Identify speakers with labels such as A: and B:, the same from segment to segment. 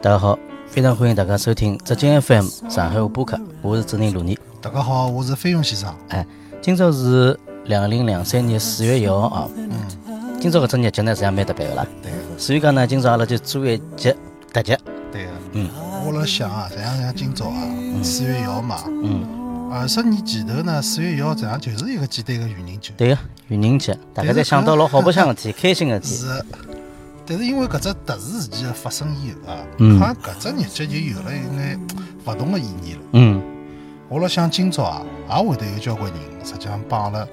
A: 大家好，非常欢迎大家收听浙江 FM 上海话播客，我是主持人陆尼。
B: 大家好，我是飞勇先生。
A: 今朝是两零两三年四月一号啊，今朝搿只日节呢实际上蛮特别个啦，
B: 对个，
A: 所以讲呢，今朝阿拉就做一集特辑，
B: 对个。啊
A: 嗯，
B: 我辣想啊，实际上像今朝啊，四月一号嘛，
A: 嗯，
B: 二十年前头呢，四月一号实际上就是一个简单个愚人节。
A: 对个，愚人节，大家
B: 但是
A: 侪想到老好白相个事体，开心个事体，
B: 是的，但是因为搿只特殊事件的发生以后啊，
A: 嗯
B: 好像搿只日节就有了一眼勿同个意义了。
A: 嗯，
B: 我辣想今朝啊，也会得有交关人实际上帮阿拉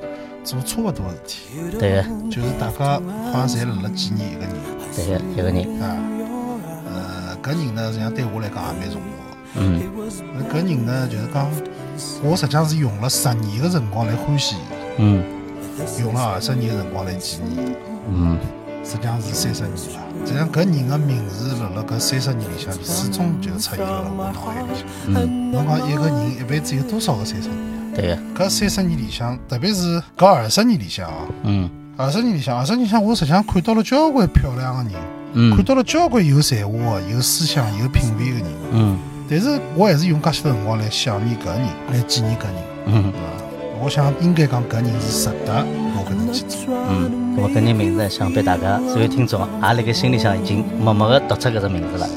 B: 做差勿多个事体，
A: 对个，
B: 就是大家好像侪辣辣纪念一个人
A: 对个，一个人，
B: 啊。呃，搿人呢，实际上对我来讲也蛮重要个。
A: 嗯
B: 那搿人呢，就是讲，我实际上是用了十年个辰光来欢喜
A: 嗯
B: 伊，用了二十年个辰光来纪念伊，
A: 嗯，
B: 实际上是三十年了。实际上搿人个名字辣辣搿三十年里向始终就出现辣辣我脑海里向。侬嗯讲一个人一辈子有多少个三十年啊？
A: 对个，
B: 搿三十年里向，特别是搿二十年里向啊，
A: 嗯
B: 二十年里向，二十年里向，我实际上看到了交关漂亮个人，看
A: 嗯
B: 到了交关有才华个、有思想、有品味个人。
A: 嗯
B: 但是我还是用介许多辰光来想念搿人，来纪念搿人。
A: 嗯
B: 我想应该讲搿人是值得我搿能去做。
A: 嗯，那么搿眼名字呢，想必大家所有听众啊，也辣盖心里向已经默默个读出搿只名字了，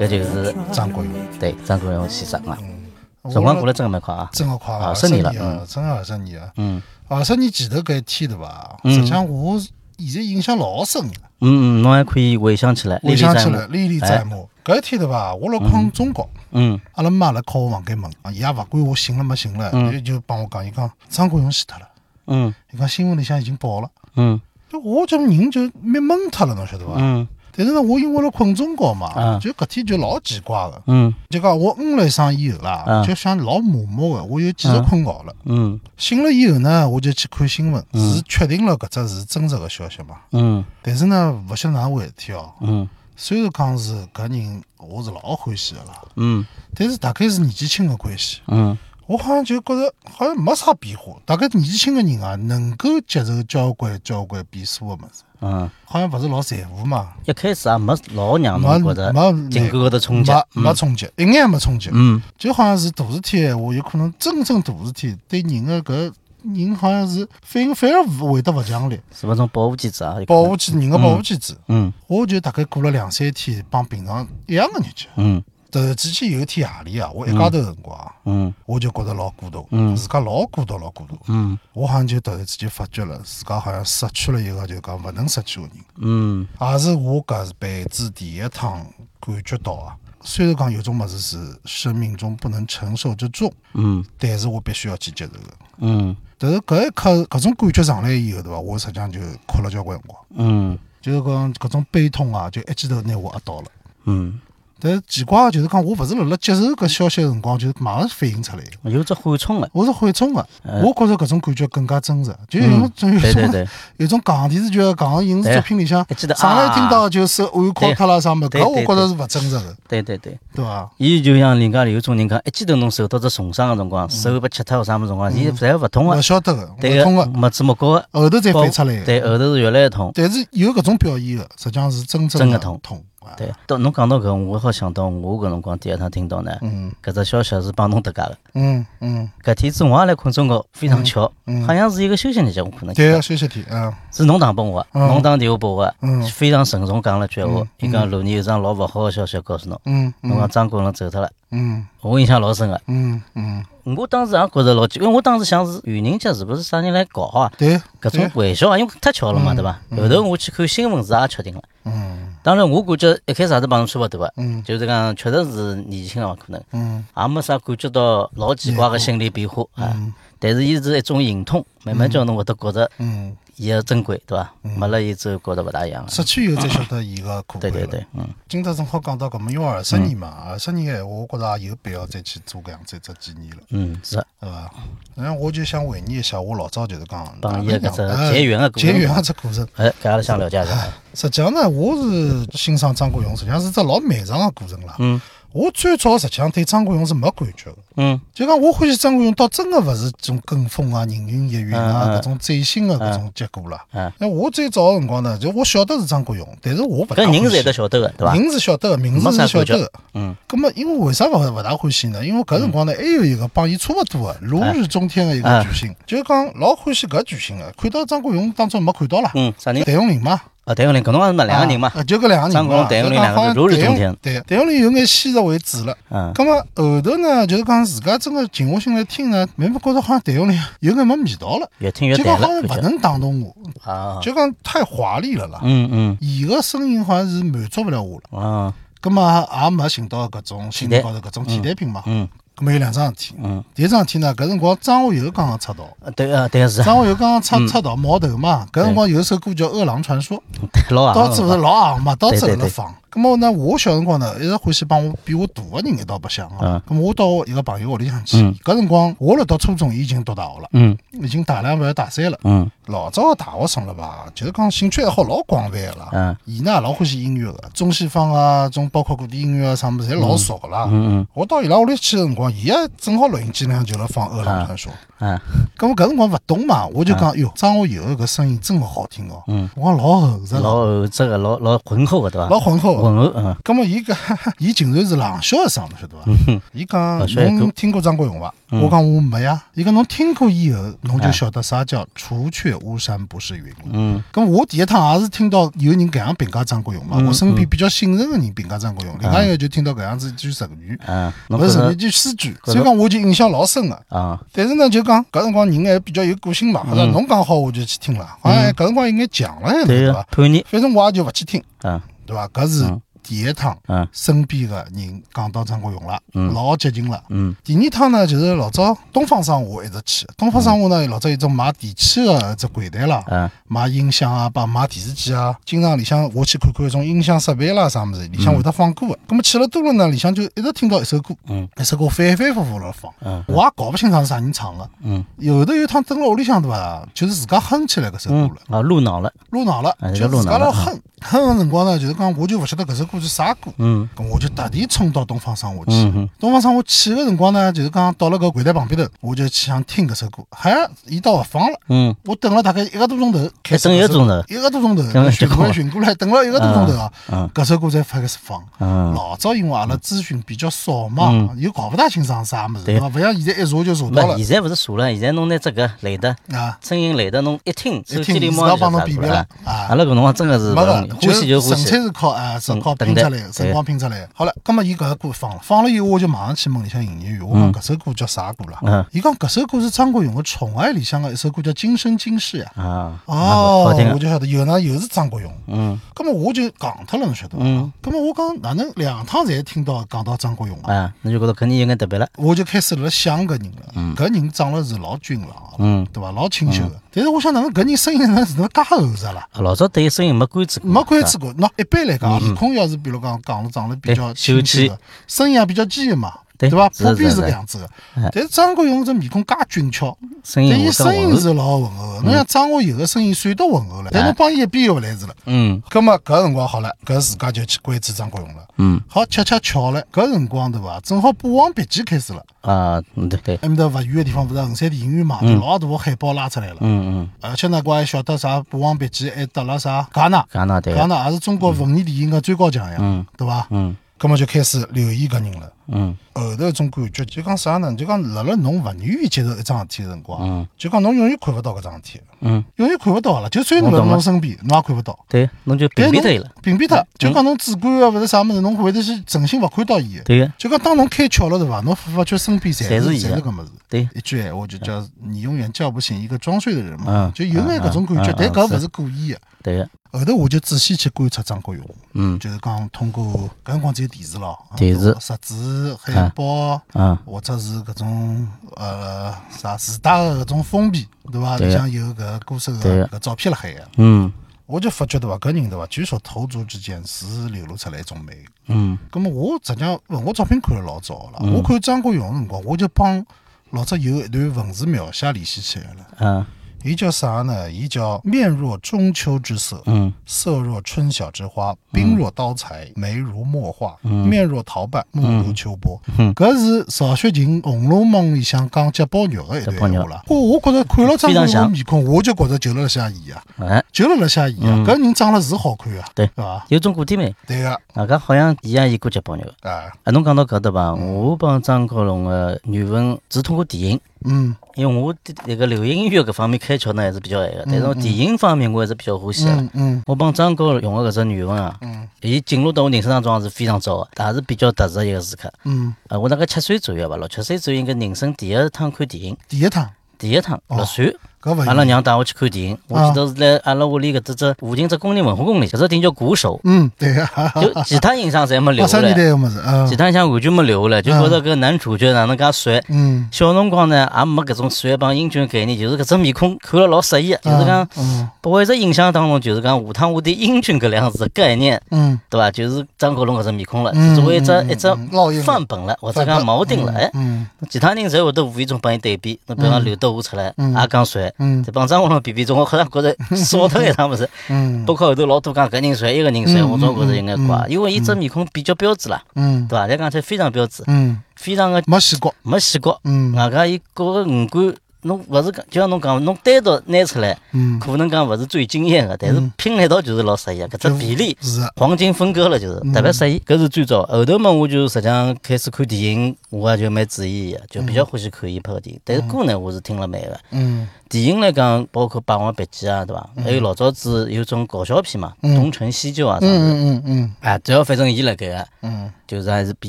A: 搿就是
B: 张国荣，
A: 对张国荣先生啊。
B: 嗯
A: 辰光
B: 我
A: 过了真个蛮快啊，
B: 真个快
A: 啊
B: 二
A: 十
B: 十
A: 年了
B: 啊，真个二十年啊，
A: 嗯
B: 二十年前头搿一天对伐？
A: 嗯
B: 实际上我现在印象老深了，
A: 嗯嗯，侬还可以回想起来，历
B: 回
A: 历
B: 想
A: 在
B: 起
A: 目
B: 来，历历在目。搿一天对伐？我辣困中觉，
A: 哎嗯
B: 阿拉妈辣敲我房间门，伊也勿管我醒了没醒了，就就帮我讲，伊讲张国荣死脱了，
A: 嗯
B: 伊讲新闻里向已经报了。
A: 嗯
B: 就我这人就蛮懵脱了，侬晓得伐？
A: 嗯
B: 但是呢，我因为辣困中觉嘛
A: 啊，
B: 就搿天就老奇怪个。
A: 嗯
B: 就讲我嗯了一声以后啦
A: 啊，
B: 就想老麻木个，我又继续困觉了。
A: 嗯
B: 醒了以后呢，我就去看新闻，是确定了搿只是真实个消息嘛？
A: 嗯
B: 但是呢，勿晓得哪能回事体哦。
A: 嗯
B: 虽然讲是搿人，我是老欢喜个啦，
A: 嗯
B: 但是大概是年纪轻个关系，
A: 嗯
B: 我好像就觉着好像没啥变化。大概年纪轻个人啊，能够接受交关交关变数个物事，
A: 嗯，
B: 好像勿是老在乎嘛，
A: 一开始也没老让
B: 没
A: 侬觉着
B: 没
A: 情感高头冲击，
B: 没没冲击，一眼也没冲击。
A: 嗯
B: 就好像是大事体的闲话，有可能真正大事体对人的搿人好像是反反而勿会得勿强烈，
A: 是勿是种保护机制啊？有可
B: 保
A: 能
B: 护机人的保护机制。
A: 嗯
B: 我就大概过了两三天，帮平常一样的日节。
A: 嗯
B: 突然之间有一天夜里啊，我一家头辰光啊，
A: 嗯
B: 我就觉得老孤独，
A: 嗯
B: 自家老孤独老孤独。
A: 嗯
B: 我好像就突然之间发觉了，自家好像失去了一个就讲勿能失去的人，
A: 嗯
B: 也是我搿辈子第一趟感觉到啊。虽然讲有种物事是生命中不能承受之重，
A: 嗯
B: 但是我必须要去接受的。
A: 嗯
B: 但是搿一刻搿种感觉上来以后，对伐？我实际上就哭了交关辰光，
A: 嗯
B: 就是讲搿种悲痛啊，就一记头拿我压倒了。
A: 嗯，
B: 但是奇怪的就是讲，我勿是辣辣接受搿消息的辰光，就是马上反应出来的，
A: 有只缓冲了。
B: 我是缓冲的。
A: 嗯
B: 我觉着搿种感觉更加真实，就有
A: 嗯
B: 种，就有
A: 对对
B: 种
A: 对，
B: 有种港电视剧、港影视
A: 对
B: 作品里向
A: 一记头，
B: 上
A: 啊
B: 来听到就是按
A: 对
B: 敲脱啦啥么，
A: 对
B: 搿我
A: 对
B: 觉着
A: 对
B: 是勿真实的，
A: 对对对。
B: 对伐？
A: 伊就像人家有种人讲，一记头侬受到只重伤个辰
B: 嗯
A: 光，手被切脱个啥么辰光，伊侪勿痛
B: 勿
A: 个，
B: 晓得个，
A: 对
B: 勿通个，
A: 没子没觉个，
B: 后头再
A: 包
B: 反出来个。
A: 对后头是越来越痛。
B: 但是有搿种表现的，实际上是真
A: 真
B: 正
A: 的
B: 的
A: 痛
B: 痛。啊
A: 对，到侬讲到搿，我好想到我搿辰光第一趟听到呢，
B: 嗯
A: 搿只消息是帮侬搭界个。
B: 嗯嗯，
A: 搿天子我也来困中觉，非常巧，好像是一个休息日节，我可能
B: 对啊，休息天啊，
A: 是侬打拨我的，
B: 嗯
A: 侬打电话拨我的
B: 嗯，
A: 非常慎重讲了句闲话，伊讲路尼有桩老勿好个消息告诉侬，
B: 嗯
A: 侬
B: 嗯
A: 讲张国荣走脱了，
B: 嗯
A: 我印象老深个。
B: 嗯嗯，
A: 我当时也觉着老奇，因为我当时想是愚人节是勿是啥人来搞啊？
B: 对，
A: 搿种玩笑啊，因为太巧了嘛，对伐？后头我去看新闻是也确定了。
B: 嗯
A: 当然，我感觉一开始也是帮侬差勿多个，
B: 嗯
A: 就是讲确实是年轻了嘛，可能
B: 嗯
A: 也没啥感觉到老奇怪个心理变化啊。
B: 嗯
A: 但是伊是一种隐痛，慢慢叫侬会得觉着
B: 嗯，
A: 伊个珍贵，对伐？没了伊之后觉着勿大一样了。
B: 失去以后才晓得伊个可
A: 对
B: 贵
A: 对嗯
B: 了。
A: 对，嗯
B: 今朝正好讲到搿么，因为二十年嘛，二十年个闲话，我觉着也有必要再去做搿样子一只纪念了，
A: 嗯是的，
B: 对伐？然后我就想回忆一下，我老早就是讲
A: 帮伊个搿只
B: 哎
A: 结缘啊个过程
B: 结缘个只过程。
A: 哎，搿阿拉想了解一下。
B: 啊实际上呢，我是欣赏张国荣，实际上是只老漫长个过程啦。
A: 嗯
B: 我最早实际上对张国荣是没感觉的。
A: 嗯
B: 就讲我欢喜张国荣，倒真的勿是种跟风啊、人云亦云
A: 嗯嗯
B: 啊搿种最新的搿种结果啦。
A: 嗯，
B: 那我最早的辰光呢，就我晓得是张国荣，但是我勿大
A: 搿人是一
B: 欢
A: 得
B: 喜
A: 晓得的，对伐？
B: 人是晓得的，名字是晓得的。
A: 嗯
B: 咁么，因为为啥勿勿大欢喜呢？因为搿辰光呢，还有一个帮伊差勿多的如日中天的一个巨星，
A: 嗯
B: 就是讲老欢喜搿巨星的。看到张国荣当中没看到啦，
A: 嗯，啥人？
B: 谭咏麟嘛，
A: 啊，谭咏麟，搿辰光是嘛两个人嘛
B: 啊，就搿两个人嘛。
A: 张国荣谭咏麟
B: 就讲
A: 两个
B: 好像
A: 如日中
B: 谭咏
A: 天
B: 对，谭咏麟有眼先入为主了。
A: 嗯
B: 咁么后头呢，就是讲自家真个静下心来听呢，慢慢觉着好像谭咏麟有眼没味道了，
A: 越听越
B: 就
A: 淡
B: 讲好
A: 了，
B: 像
A: 感
B: 勿
A: 觉
B: 能打动我，
A: 啊，
B: 就讲太华丽了啦。
A: 嗯嗯
B: 伊个声音好像是满足勿了我了，
A: 啊，
B: 咁么也没寻到搿种心
A: 替代
B: 理高头搿种替代品嘛。
A: 嗯
B: 咁啊么有两桩事体，
A: 嗯，
B: 第一桩事体呢，搿辰光张学友刚刚出道，
A: 啊对啊对啊是啊，
B: 张学友刚刚出出道冒头嘛，搿辰光有一首歌叫《饿狼传说》，
A: 老啊，
B: 到处勿是老行嘛，到
A: 对
B: 处辣
A: 对
B: 辣
A: 对
B: 放。咁么呢，我小辰光呢，一直欢喜帮我比我大个人一道白相
A: 嗯
B: 啊。咁么我到我一个朋友屋里向去，搿辰光我辣读初中，伊已经读大学了，
A: 嗯
B: 已经大两不要大三了。
A: 嗯
B: 老早个大学生了吧，就是讲兴趣爱好老广泛个
A: 嗯
B: 啦。伊呢老欢喜音乐个，中西方啊，种包括古典音乐啊啥物事，侪老熟个啦。
A: 嗯
B: 我到伊拉屋里去个辰光，伊也正好录音机里向就辣放《饿狼传说》。
A: 嗯啊
B: 咁么搿辰光勿懂嘛，我就讲哟，张学友搿声音真个好听哦。我讲老厚实
A: 嗯老
B: 个，
A: 厚这个老老浑厚的对伐？
B: 老浑厚个。
A: 浑厚嗯，
B: 咁么伊 搿伊竟然是冷笑一声，侬晓得伐？伊讲
A: 冷笑一
B: 侬
A: 个
B: 听过张国荣伐？
A: 嗯
B: 我讲我没呀。伊讲侬听过以后，侬就晓得啥叫除却巫山不是云。
A: 啊嗯，
B: 咁我第一趟也是听到有人搿样评价张国荣
A: 嗯
B: 嘛，我身边比较信任个人评价张国荣，另外一个就听到搿样子一句成语，
A: 嗯，啊侬
B: 勿
A: 觉
B: 是成
A: 着
B: 语，句诗句，所以讲我就印象老深个。
A: 啊，
B: 但是呢，就讲搿辰光人还比较有个性
A: 嗯
B: 嘛，好像侬讲好我就去听了，好像搿辰光有眼强了，
A: 对
B: 对
A: 啊
B: 伐，？
A: 叛逆，
B: 反正我也就勿去听，
A: 嗯
B: 对伐？搿是第一趟
A: 嗯
B: 身边个人讲到张国荣了，老激进了。
A: 嗯
B: 第二趟呢，就是老早东方商务一直去，东方商务呢，老早有种卖电器个一只柜台啦，
A: 嗯
B: 买音响啊，帮买电视机啊，经常里向我去看看搿种音响设备啦啥物事，里向会得放歌个。咁么去了多了呢，里向就一直听到一首歌，
A: 嗯
B: 一首歌反反复复辣放
A: 嗯，
B: 我也搞勿清爽是啥人唱个。
A: 嗯
B: 有头有一趟蹲辣屋里向对伐，就是自家哼起来搿首歌
A: 嗯
B: 了，
A: 啊，入脑了，
B: 入脑了
A: 哎，
B: 就
A: 入
B: 自
A: 脑
B: 家
A: 了
B: 辣哼哼个辰光呢，就是讲我就勿晓得搿首歌是啥歌，
A: 嗯
B: 咁我就特地冲到东方商务去
A: 嗯哼。
B: 东方商务去个辰光呢，就是讲到了搿柜台旁边头，我就去想听搿首歌，哎还伊倒勿放了。
A: 嗯哎
B: 我等了大概一个多钟头，开始
A: 等一个
B: 搿首歌
A: 钟头啊
B: 一个多钟
A: 等了
B: 头，
A: 一
B: 寻
A: 个
B: 过
A: 钟
B: 来寻过来，等了一个多钟头啊
A: 嗯，
B: 搿首歌才发开始放。
A: 嗯，
B: 老早因为阿拉资讯比较少嘛，又搞勿大清爽啥物事，
A: 对
B: 对伐？勿像现在一查就查
A: 勿，
B: 到了
A: 现在勿是数了，现在侬拿这个类的。
B: 啊。
A: 声音来的侬一听，手机里
B: 一听
A: 马上
B: 自家帮
A: 就查
B: 侬辨
A: 出
B: 别
A: 来
B: 了
A: 了。
B: 啊
A: 阿拉搿辰光真个是
B: 没个，
A: 欢喜就欢
B: 纯粹
A: 喜，
B: 是靠哎，是靠
A: 嗯
B: 拼出
A: 等待
B: 来的，
A: 对嗯
B: 辰光拼出来的。好了，葛么伊搿个歌放了，放了以后我就马上去问里向营业员，我讲搿首歌叫啥歌
A: 嗯
B: 啦？伊讲搿首歌是张国荣的《宠爱》里向的一首歌叫《今生今世》呀。
A: 啊，
B: 哦
A: 好听，啊
B: 我，就晓得有呢，又是张国荣。
A: 嗯
B: 葛么我就戆脱了，侬晓得伐？
A: 嗯
B: 葛么我讲哪能两趟侪听到讲到张国荣啊？
A: 啊，那就觉得肯定有眼特别了，
B: 我就开始辣辣想搿人了，搿人长了是老俊朗啊，
A: 嗯
B: 对伐？老清秀的。但是我想哪能搿人声音哪能是能介厚实啦？
A: 啊老早对伊声音没关注过，
B: 没关注过，喏，一般来讲，李空要是比如讲讲了长得比较
A: 对秀气
B: 气的，声音也比较尖的嘛，
A: 对
B: 对伐？
A: 是的
B: 普遍
A: 是
B: 是
A: 的
B: 搿样子的。但是张国荣这面孔介俊俏，
A: 声
B: 但
A: 音
B: 伊
A: 我
B: 声
A: 跟
B: 音
A: 我是，
B: 是老浑厚的。侬像张学友的声音算到浑厚了，但侬帮伊一比又勿来事了。
A: 嗯
B: 葛么搿辰光好了，搿自家就去关注张国荣了。
A: 嗯
B: 好，恰恰巧了，搿辰光对伐？正好《霸王别姬》开始了，
A: 啊，嗯对对，
B: 埃面搭勿远个地方勿是衡山电影院嘛，就老大个海报拉出来了。
A: 嗯嗯，
B: 而且呢，我还晓得啥《霸王别姬》还得了啥戛纳，
A: 戛纳对，
B: 戛纳也是中国文艺电影的最高奖
A: 嗯
B: 呀，对伐？
A: 嗯
B: 咁么就开始留意搿人了。
A: 嗯
B: 后头一种感觉就讲啥呢？就讲辣辣侬勿愿意接受一桩事体个辰
A: 嗯
B: 光，就讲侬永远看勿到搿桩事体，
A: 嗯，
B: 永远看勿到了。就算
A: 我
B: 侬辣
A: 懂了
B: 侬身边，侬也看勿到。
A: 对，侬就屏蔽脱伊了，，嗯
B: 屏蔽脱，就讲侬主观啊，勿是啥物事，侬会得去诚心勿看到伊。
A: 对个，
B: 就讲当侬开窍了对伐？侬发觉身边侪
A: 侪是
B: 是
A: 伊
B: 侪
A: 的
B: 是搿物事。
A: 对，
B: 一句闲话就叫你永远叫不醒一个装睡的人嘛
A: 嗯，
B: 就有眼搿种感觉
A: 嗯，
B: 但
A: 嗯
B: 搿
A: 是
B: 勿是故意个。
A: 对个，
B: 后头我就仔细去观察张国荣，
A: 嗯
B: 就是讲通过搿辰光只有电视咯，
A: 电视
B: 啊杂志、海报，
A: 啊
B: 或者是搿种呃啥自带的搿种封闭，对伐？
A: 对
B: 里向有搿歌手啊
A: 对
B: 的搿照片辣海个，
A: 嗯
B: 我就发觉对伐？搿人对伐？举手投足之间是流露出来一种美。
A: 嗯
B: 咁么我实际上文学作品看了老早了，我看张国荣个辰光，我就帮老早有一段文字描写联系起来了。
A: 啊，
B: 伊叫啥呢？伊叫面若中秋之色，
A: 嗯
B: 色若春晓之花，鬓若刀裁，眉如墨画，
A: 嗯
B: 面若桃瓣，目如秋波。搿是曹雪芹《红楼梦》里向讲接宝玉的一
A: 接宝
B: 段
A: 玉
B: 闲话啦。我我觉着看了张国
A: 非常
B: 荣
A: 像
B: 面孔，我就觉着就辣辣写伊啊，
A: 哎，
B: 就辣辣写伊啊。搿人长了是好看啊，
A: 对
B: 对伐？
A: 有种古典美，
B: 对个，
A: 外加好像伊也演过接宝肉。
B: 啊，
A: 啊，侬讲到搿搭吧，我帮张国荣的缘分是通过电影，
B: 嗯
A: 因为我对那个流行音乐搿方面开窍呢还是比较晚个，但是电影方面我还是比较欢喜的。
B: 嗯嗯
A: 我帮张国荣的搿只缘分啊，伊进入到我人生当中也是非常早的，也是比较特殊的一个时刻。
B: 嗯，
A: 呃，我大概七岁左右吧，六七岁左右应该人生第一趟看电影，
B: 第一趟
A: 第一趟
B: 哦
A: 六岁。
B: 搿勿
A: 阿拉
B: 一样，
A: 娘带我去看电影，我记得是在阿拉屋里搿只只附近只工人文化宫里，搿只电影叫《鼓手
B: 嗯对个，哈》，哈
A: 就其他印象侪没留
B: 八
A: 下
B: 十年代
A: 来，
B: 个物事啊
A: 其，他印象完全没留下来，就觉着搿男主角哪能介帅。
B: 嗯
A: 小辰光呢，也没搿种帅帮英俊的概念，就是搿只面孔看了老适意，啊就是讲
B: 嗯
A: 拨我一直印象当中，就是讲下趟我对英俊搿两个字的概念，
B: 嗯，
A: 对伐？就是张国荣搿只面孔了，
B: 嗯
A: 作为一只
B: 嗯
A: 一只
B: 嗯烙印了
A: 范本了，或者
B: 反
A: 讲
B: 叛
A: 锚定了，哎，
B: 嗯
A: 其他人侪会得无意中帮伊对比，侬比方讲刘德华出来
B: 嗯
A: 也讲帅，
B: 嗯
A: 这帮张国荣 比比中，我好像觉着少脱一趟物事。
B: 嗯
A: 包括后头老多讲搿人帅，一个人帅，
B: 嗯
A: 我总觉着
B: 嗯
A: 应该
B: 嗯
A: 怪，因为伊只面孔比较标志啦，
B: 嗯
A: 对伐？来讲起来非常标志，
B: 嗯，
A: 非常个
B: 没洗过，
A: 没死角。
B: 嗯
A: 外加伊各个五官，侬勿是讲，就像侬讲，侬单独拿出来，
B: 嗯，
A: 可能讲勿是最惊艳个，但是拼一道就是老适意个，搿只比例。
B: 是的，
A: 黄金分割了，就是
B: 嗯
A: 特别适意，搿是最早。后头嘛，我就实际上开始看电影，我也就蛮注意个，就比较欢喜看伊拍个电影。但是歌呢，我是听了蛮个。
B: 嗯
A: 电影来讲，包括《霸王别姬》啊，对伐？还有老早子有种搞笑片嘛，《东成西就》啊啥子。
B: 嗯嗯嗯嗯
A: 啊，只要反正伊辣盖个，
B: 嗯
A: 就是还是比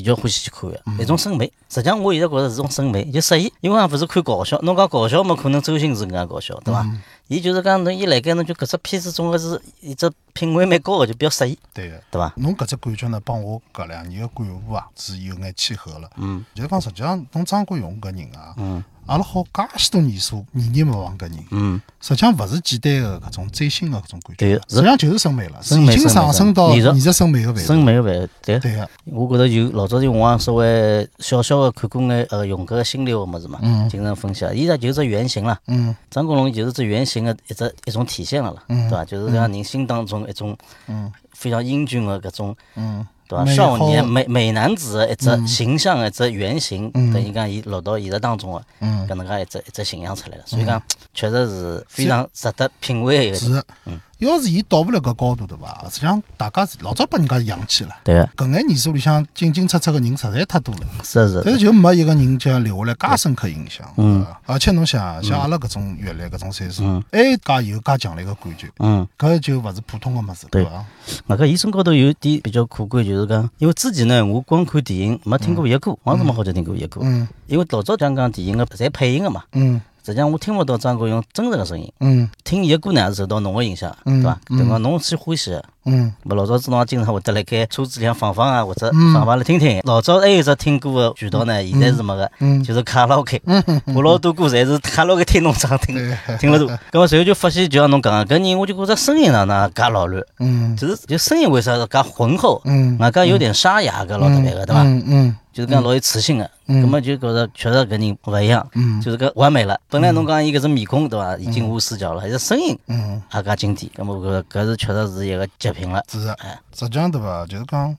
A: 较欢喜去看个，一种审美。实际上我现在觉着是种审美，就适意，因为也勿是看搞笑。侬讲搞笑嘛，可能周星驰搿能介搞笑，对伐？
B: 嗯
A: 伊就是讲侬伊辣盖侬就搿只片子总归是一只品味蛮高个，就比较适意，
B: 对个。
A: 对伐？
B: 侬搿只感觉呢，帮我搿两年个感悟啊，是有眼契合了。
A: 嗯
B: 就是讲，实际上侬张国荣搿人啊，
A: 嗯
B: 阿拉好介许多年数，年年勿忘搿人，
A: 嗯，
B: 实际上勿是简单个搿种追星个搿种感觉，
A: 对
B: 实际上就是审美了，
A: 审美
B: 已经
A: 审美
B: 上升到
A: 艺术
B: 艺术审美个范
A: 审
B: 围。
A: 美个范对。
B: 对啊个，
A: 我觉着有老早就我也稍微小小个看过眼呃荣格个心理学物事嘛，精神分析啊，伊拉就是只原型啦。
B: 嗯
A: 张国荣就是只原型的一只一种体现了啦，对伐？就是讲人心当中一种
B: 嗯
A: 非常英俊的搿种，
B: 嗯
A: 对伐？
B: 美
A: 少
B: 好
A: 年美美男子的一只
B: 嗯
A: 形象的一只原型，等于讲伊落到现实当中的
B: 嗯，
A: 搿能介一只一只形象出来了。所以讲，确实是非常值得品味的一个。
B: 是的。要是伊到勿了搿高度，对伐？实际上大家是老早把人家洋气了。
A: 对个，
B: 搿眼年数里向进进出出个人实在太多了。
A: 是是
B: 但是就没一个人家留下来介深刻印象。
A: 嗯
B: 呃，而且侬想，像阿拉搿种阅历、搿种岁数，还加有介强烈个感觉，
A: 嗯，
B: 搿就勿是普通个物事，
A: 对
B: 伐？
A: 外加伊身高头有一点比较可贵，就是讲，因为之前呢，我光看电影没听过伊个歌，我是没好久听过伊个歌，
B: 嗯
A: 因为老早讲讲电影个侪配音个嘛，
B: 嗯
A: 实际上我听勿到张国荣真实个声音。
B: 嗯
A: 听伊个歌呢，也是受到侬个影响，
B: 嗯
A: 对伐？
B: 嗯
A: 等于讲侬去欢喜的，
B: 嗯
A: 勿老早子侬也经常会得辣盖车子里向放放啊，或者放放来听听。老早还有一只听歌个渠道呢，现在是没个，
B: 嗯
A: 就是卡拉 OK。
B: 嗯，
A: 我老多歌侪是卡拉 OK 听侬唱听
B: 对，
A: 听了多。咁么啊随后就发现，就像侬讲个，搿人我就觉着声音哪能介老乱，
B: 嗯
A: 就是就声音为啥介浑厚，
B: 嗯，
A: 外加有点沙哑个老特别个，对伐？
B: 嗯嗯
A: 就是讲老有磁性个，
B: 嗯
A: 咁么就觉着确实搿人勿一样，
B: 嗯
A: 就是搿完美了。本来侬讲伊搿只面孔对伐，已经无死角了，还是声音
B: 嗯，
A: 也介经典，咁么搿搿是确实是一个极品了。
B: 是的
A: 哎。
B: 实际上对伐？就是讲，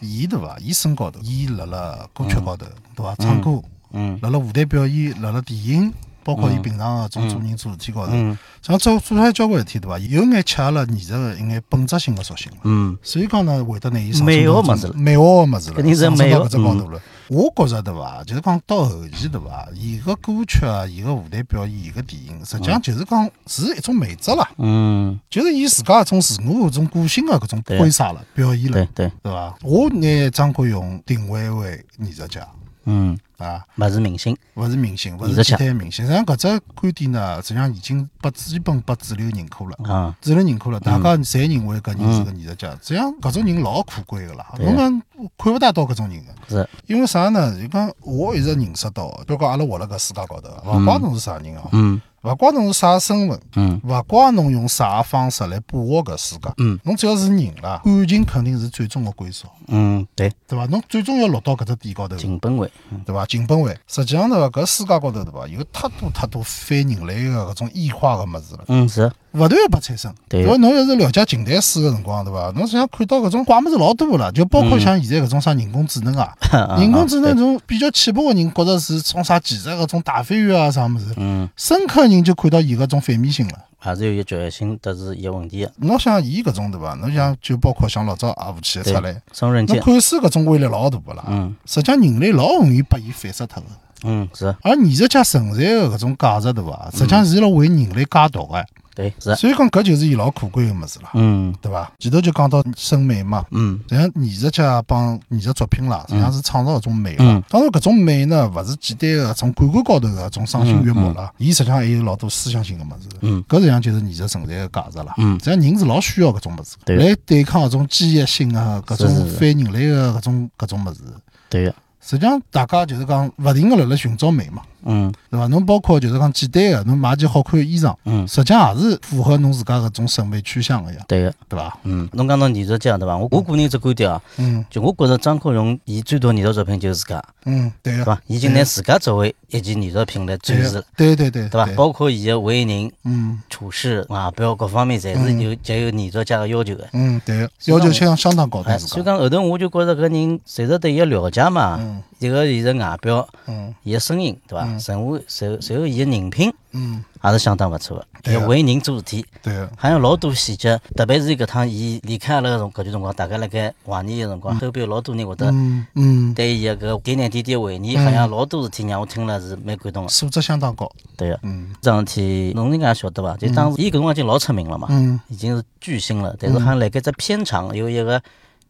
B: 伊对伐？伊身高头，伊辣辣歌曲高头，对伐？唱歌，
A: 嗯
B: 辣辣舞台表演，辣辣电影。包括伊平常个种做人做事体高头，
A: 嗯
B: 像做做出来交关事体对伐？有眼吃阿拉艺术个一眼本质性个属性了。
A: 嗯，
B: 所以讲呢，会得拿伊上升
A: 美
B: 到
A: 学
B: 这
A: 物事了
B: 美学个物事了，
A: 肯定是
B: 上升
A: 美嗯
B: 到
A: 学
B: 搿只高度了。我觉着对伐，就是讲到后期对伐，伊个歌曲啊，伊个舞台表演，伊个电影，实际上就是讲是一种美质啦，
A: 嗯，
B: 就是伊自家一种自我、一种个性个搿种挥洒了、表现了
A: 对，对，
B: 对伐？我拿张国荣定位为艺术家
A: 嗯，
B: 啊。
A: 勿是明星，
B: 勿是明星，勿
A: 艺术
B: 是简
A: 家
B: 单的明星。实际上，搿只观点呢，实际上已经被基本被主流认可了。
A: 啊，
B: 主流认可了，大家侪认为搿人是个艺术家。实际上，搿种人老可贵个啦，
A: 嗯对啊
B: 侬讲看勿大到搿种人个。啊
A: 是，
B: 因为啥呢？就讲我一直认识到，包括阿拉活辣搿世界高头，勿管侬是啥人哦，
A: 嗯
B: 勿怪侬是啥身份，
A: 嗯
B: 勿怪侬用啥方式来把握搿世界，
A: 嗯，
B: 侬只要是人了，感情肯定是最终的归宿，
A: 嗯，对，
B: 对伐？侬最终要落到搿只点高头，
A: 金本位，
B: 对伐？锦本位，实际上对伐？搿世界高头对伐？有太多太多非人类的搿种异化个物事了。
A: 嗯是，
B: 勿断地产生。
A: 对
B: 因为侬要是了解近代史个辰光，对伐？侬实际上看到搿种怪物事老多了，就包括
A: 嗯
B: 像现在搿种啥人工智能 啊，人工智能种比较浅薄个人觉着是从啥技术搿种大飞跃啊啥物事，
A: 嗯，
B: 深刻的人就看到伊搿种反面性了。
A: 还是有一局限性，这是有问题的。
B: 侬想伊搿种对伐？侬想就包括像老早阿武器出来，
A: 双刃
B: 侬
A: 剑，
B: 看似搿种威力老大个啦，
A: 嗯
B: 实际上人类老容易被伊反杀脱个。
A: 嗯是，
B: 而艺术家存在的搿种价值，对伐？实际上是辣为人类解读个，
A: 嗯对是，
B: 所以讲搿就是伊老可贵个物事啦。
A: 嗯
B: 对伐？前头就讲到审美嘛，
A: 嗯
B: 实际上艺术家帮艺术作品啦，实际上是创造搿种美
A: 嗯
B: 啦。当然，搿种美呢，勿是简单个从感官高头个种赏心悦目啦，伊实际上还有老多思想性个物事。
A: 嗯
B: 搿实际上就是艺术存在个价值啦。
A: 嗯
B: 实际上人是老需要搿种物事，
A: 对
B: 来对抗搿种机械性啊，搿
A: 是
B: 种
A: 是是
B: 反人类个搿种搿种物事。
A: 对的，
B: 实际上，大家就是讲勿停个辣辣寻找美嘛，
A: 嗯
B: 对伐？侬包括就是讲简单个，侬买件好看个衣裳，
A: 嗯
B: 实际上也是符合侬自家搿种审美趋向个呀，
A: 对的，
B: 对伐？
A: 嗯，侬讲到艺术家对伐？我我个人只观点啊，
B: 嗯
A: 就我觉着张国荣伊最大艺术作品就是自家，
B: 嗯，对
A: 对
B: 个。
A: 伐？已经拿自家作为一件艺术品来展示，
B: 对对对，
A: 对伐？包括伊个为人
B: 嗯
A: 处事、外表各方面，侪是有极有艺术家个要求个。
B: 嗯，对，
A: 所以
B: 要
A: 讲
B: 求相相当高，
A: 哎，
B: 对
A: 所
B: 自
A: 以
B: 家，
A: 讲后头我就觉着搿人随着对伊个了解嘛
B: 嗯，
A: 一个伊个外表，
B: 嗯
A: 伊个声音，对伐？
B: 嗯
A: 然后随后随后伊个人品
B: 嗯，
A: 也是相当勿错个，
B: 对
A: 伊
B: 啊
A: 为人做事体。
B: 对啊个，
A: 还有老多细节，特别是搿趟伊离开阿拉搿种搿段辰光，大概辣盖怀念个辰光，周边有老多人会得
B: 嗯嗯，
A: 对伊个搿点点滴滴的回忆，好像老多事体让我听了是蛮感动个。
B: 素质相当高，
A: 对个，
B: 嗯
A: 桩事体侬应该也晓得伐？就当时伊搿辰光已经老出名了嘛，
B: 嗯
A: 已经是巨星了，但是好像辣盖只片场有一个。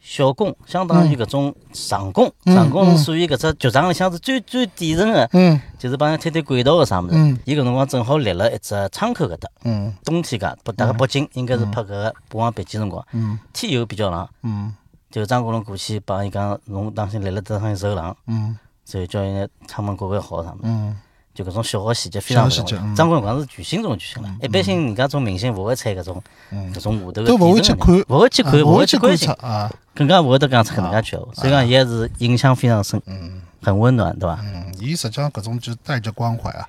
A: 小工相当于搿种长工，
B: 嗯
A: 长工是属于搿只剧场里向是最最底层的，
B: 嗯
A: 就是帮人推推轨道个啊啥物事
B: 嗯。
A: 伊搿辰光正好立了一只窗口搿搭，
B: 嗯
A: 冬天噶，不大概北京应该是拍搿个《霸王别姬》辰光，
B: 嗯
A: 天又比较冷，
B: 嗯
A: 就张国荣过去帮伊讲，侬当心来了这趟受冷，
B: 嗯
A: 所以叫伊拿窗门关关好啥么，
B: 嗯，
A: 就搿种小个细节非常
B: 小
A: 重
B: 的细节
A: 要。
B: 嗯
A: 张国荣讲是巨星中的巨星了，一般性人家种明星勿会猜搿种
B: 嗯
A: 搿种下头个
B: 都
A: 底
B: 勿会去
A: 层
B: 看
A: 的，勿会去看，
B: 啊
A: 勿
B: 我
A: 会
B: 会
A: 去
B: 去
A: 关
B: 观
A: 心
B: 察，啊，
A: 更加勿会得讲出搿能介句闲话。所以讲，伊还是印象非常深，很温暖，对伐？
B: 嗯，伊实际上搿种就带着关怀啊，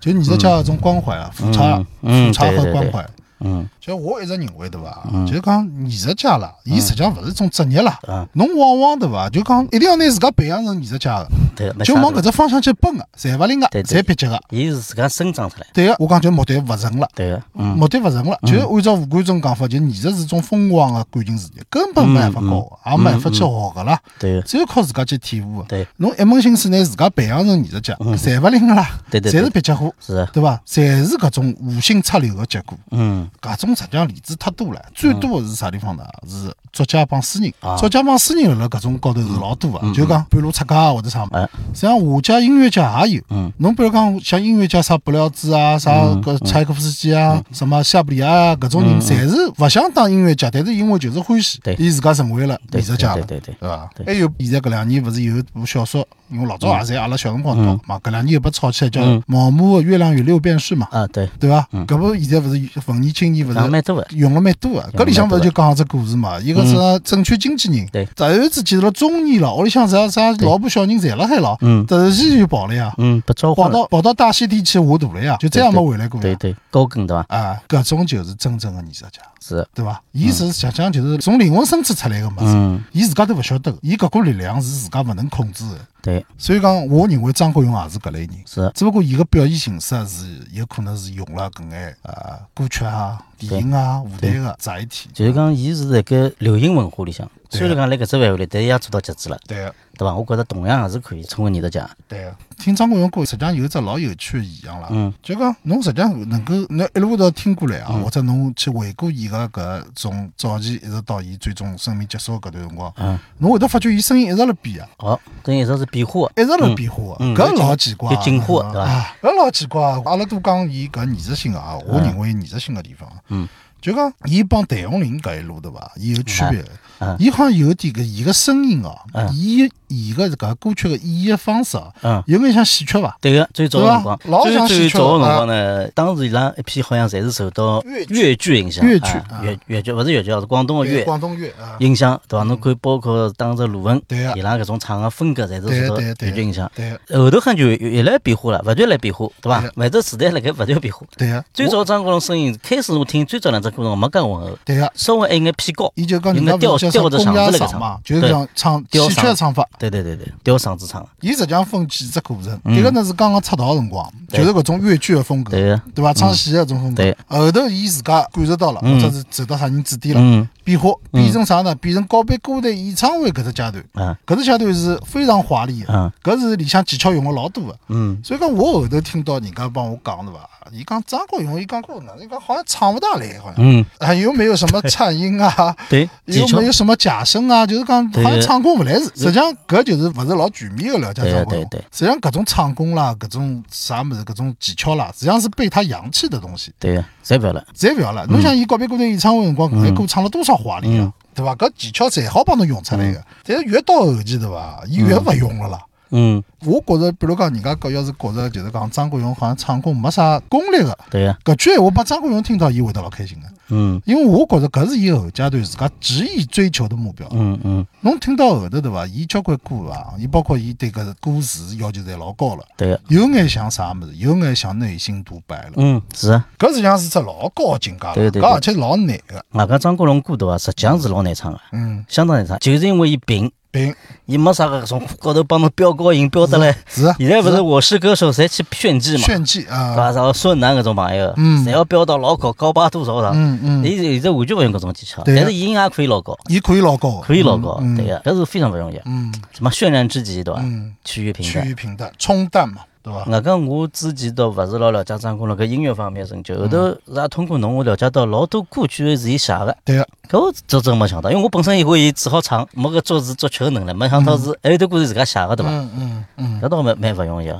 B: 就你这叫搿种关怀啊，复查
A: 嗯
B: 复查
A: 对对
B: 和
A: 对
B: 关怀。
A: 嗯，
B: 其实我一直认为，对伐？就是讲艺术家啦，伊实际上勿是一种职业啦
A: 嗯。
B: 侬往往对伐？就讲一定要拿自家培养成艺术家个，
A: 对，没
B: 就
A: 啥
B: 往
A: 头
B: 搿只方向去奔个，侪勿灵个，
A: 对对
B: 侪蹩脚个。啊
A: 伊是自家生长出来，
B: 对个，啊我讲就目的勿纯了。
A: 对个，嗯
B: 目的勿纯了，就是按照吴冠中讲法，就艺术是种疯狂的感情事业，根本没办
A: 嗯
B: 法教的，也没办法去学个啦，
A: 对个，
B: 只有靠自家去体悟的。
A: 对，嗯
B: 侬一门心思拿自家培养成艺术家，侪勿灵个啦，
A: 对对
B: 侪
A: 对
B: 是蹩脚货，
A: 是的，
B: 对伐？侪是搿种无心插柳的结果。
A: 嗯
B: 搿种实际上例子太多了，最多的是啥地方呢？是作家帮诗人
A: 啊，嗯
B: 作家帮诗人辣辣搿种高头是老多啊个，就讲半路出家啊或者啥物事
A: 哎。
B: 实际上画家、音乐家也有
A: 嗯，
B: 侬比如讲像音乐家啥布廖兹啊、啥搿柴可夫斯基
A: 嗯
B: 啊、什么夏布里亚啊搿种人，侪是勿想当音乐家，但是因为就是欢喜
A: 对，
B: 伊自家成为了艺术家
A: 对
B: 了。
A: 对对对
B: 对伐？
A: 对嗯
B: 还有现在搿两年勿是有一部小说，因为老早也侪阿拉小辰光读嘛，搿两年又被炒起来叫《毛姆的月亮与六便士》嘛，
A: 啊，对，
B: 对伐？搿不现在勿是文艺青年勿
A: 讲
B: 是
A: 蛮多个，
B: 用了蛮多啊，
A: 用了
B: 搿里向勿是就讲只故事嘛，一个是啊证券经纪人，
A: 对
B: 突然之间到了中年了，屋里向啥啥老婆小人侪辣海了，
A: 嗯
B: 突然之间就跑了呀，
A: 嗯，被召
B: 啊跑
A: 唤了，
B: 到跑到大溪地去下大了呀，就再也没回来过
A: 对
B: 呀。
A: 对，高跟对伐？
B: 啊，搿种就是真正的艺术家，
A: 是啊的，
B: 对伐？伊是实际上就是从灵魂深处出来个物事，
A: 嗯，
B: 伊自家都勿晓得，伊搿股力量是自家勿能控制的。
A: 对，
B: 所以讲，我认为张国荣也是搿类人，
A: 是的，啊
B: 只不过伊个表现形式是有可能是用了搿眼啊歌曲啊、电影啊、舞台个杂一体。
A: 就是讲伊是辣盖流行文化里向，
B: 对
A: 虽然讲辣搿只范围里，但伊也做到极致了，
B: 对个。
A: 对伐？啊我觉着同样也是可以成为你的家，
B: 对个，听张国荣歌，实际上有一只老有趣的现象啦。
A: 嗯，
B: 就讲侬实际上能够，侬一路到听过来啊，或者侬去回顾伊个搿从早期一直到伊最终生命结束搿段辰光，
A: 嗯，
B: 侬会得发觉伊声音一直辣变啊，
A: 哦，跟一直是变化的，
B: 一直辣变化的，
A: 嗯嗯
B: 搿老奇怪啊，
A: 有进化
B: 侬
A: 对
B: 讲
A: 伐
B: 啊，搿老奇怪啊。阿拉都讲伊搿艺术性啊，我认为艺术性个地方，啊
A: 嗯，
B: 就讲伊帮谭咏麟搿一路对伐，伊有区别的
A: 嗯嗯，
B: 伊好像有点搿伊个声音啊
A: 嗯，
B: 伊伊个搿歌曲个演绎方式啊，
A: 嗯，
B: 有眼像戏曲伐？
A: 对个，最早个辰光，
B: 对吧老
A: 最
B: 像
A: 最
B: 戏曲
A: 早个辰
B: 了
A: 光呢，当时伊拉一批好像侪是受到
B: 粤剧
A: 粤剧影响，
B: 粤剧
A: 啊
B: 啊
A: 粤粤剧勿是粤剧，啊，是广东个
B: 对
A: 粤
B: 广东乐啊，
A: 影响，对伐？侬看，包括当时卢文，
B: 对个
A: 伊拉搿种唱个风格，侪是
B: 对
A: 受到
B: 对
A: 粤
B: 对
A: 剧影响。
B: 对啊个
A: 后头很就越来越变化了，勿断来变化，对伐
B: 对？
A: 每只时代辣盖勿断变化。
B: 对个，啊
A: 最
B: 我
A: 早张国荣声音，开始我听最早两只歌侬没介浑厚，
B: 对个，啊
A: 稍微还有眼偏高。
B: 伊就讲
A: 有
B: 人
A: 那
B: 家
A: 吊
B: 勿是叫
A: 吊着
B: 啥公
A: 嗓
B: 鸭
A: 子那个
B: 嗓
A: 唱
B: 嘛，就是
A: 对
B: 讲唱
A: 吊
B: 戏曲
A: 嗓
B: 的唱法。
A: 对对对对，吊嗓子唱的。
B: 伊实际上分几只过程，一个呢是刚刚出道的辰光，
A: 嗯对
B: 就是搿种越剧的风格，
A: 对个，嗯
B: 对伐？唱戏的搿种风格
A: 对。
B: 后头伊自家感受到了，
A: 嗯
B: 或者是受到啥人指点了，
A: 嗯
B: 变化变成啥呢？变成告别歌坛演唱会搿只阶段，
A: 啊
B: 搿只阶段是非常华丽的
A: 嗯，
B: 搿是里向技巧用的老多的。
A: 嗯，
B: 所以讲，我后头听到人家帮我讲对伐？伊讲张国荣，伊讲过呢，伊讲好像唱勿大来，好像
A: 嗯，
B: 啊，又没有什么颤音啊，
A: 对，技
B: 又
A: 巧
B: 没。有什么假声啊，就是讲好
A: 对
B: 像唱功勿来事。实际上，搿就是勿是老全面的了解张国
A: 对
B: 荣
A: 对对。
B: 实际上，搿种唱功啦，搿种啥物事，搿种技巧啦，实际上是被他洋气的东西。
A: 对个，侪勿要了。
B: 侪勿要
A: 嗯
B: 了，侬想伊告别歌队演唱会辰光，搿歌唱了多少华丽啊，对伐？搿技巧侪好帮侬用出来个。但是越到后期，对伐？伊越勿用了啦。
A: 嗯，
B: 我觉着，比如讲，人家搿要是觉着就是讲张国荣好像唱功没啥功力个，
A: 对个，
B: 搿句闲话把张国荣听到，伊会得老开心个。
A: 嗯
B: 因为我觉着搿是伊后阶段自家执意追求的目标。
A: 嗯嗯，
B: 侬听到后头对伐？伊交关歌伐，伊包括伊对搿歌词要求侪老高了，
A: 对个，
B: 有眼像啥物事，有眼像内心独白了。
A: 嗯是啊。
B: 搿实际上是只老高的境界了，
A: 对对对
B: 搿而且老难个。
A: 外加张国荣歌对伐？实际上是老难唱个，
B: 嗯，
A: 相当难唱，就是因为伊平，
B: 并
A: 伊没啥个从高头帮侬飙高音飙得来。
B: 是 啊
A: 现在勿是我是歌手，侪去炫技嘛，
B: 炫技
A: 对
B: 啊，
A: 伐？然后孙楠搿种朋友，
B: 嗯
A: 侪要飙到老高，高八度少上。
B: 嗯嗯，
A: 伊现在完全勿用搿种技巧，
B: 对啊
A: 但是伊音也可以老高，
B: 伊可以老高，
A: 可以老高，
B: 嗯
A: 对个，搿是非常勿容易。
B: 嗯，
A: 什么轩然之极，对伐？
B: 嗯
A: 趋于平
B: 趋
A: 淡。嗯
B: 于平淡，冲淡嘛，对伐？
A: 外加我之前倒勿是老了解张国荣搿音乐方面的
B: 嗯
A: 成就，后头是也通过侬我了解到老多歌曲是伊写个，
B: 对啊个，
A: 搿我真真没想到，因为我本身以为伊只好唱，没搿作词作曲个能力，没想到是还有得歌是自家写个对伐？
B: 嗯嗯嗯。
A: 搿倒蛮蛮勿容易啊。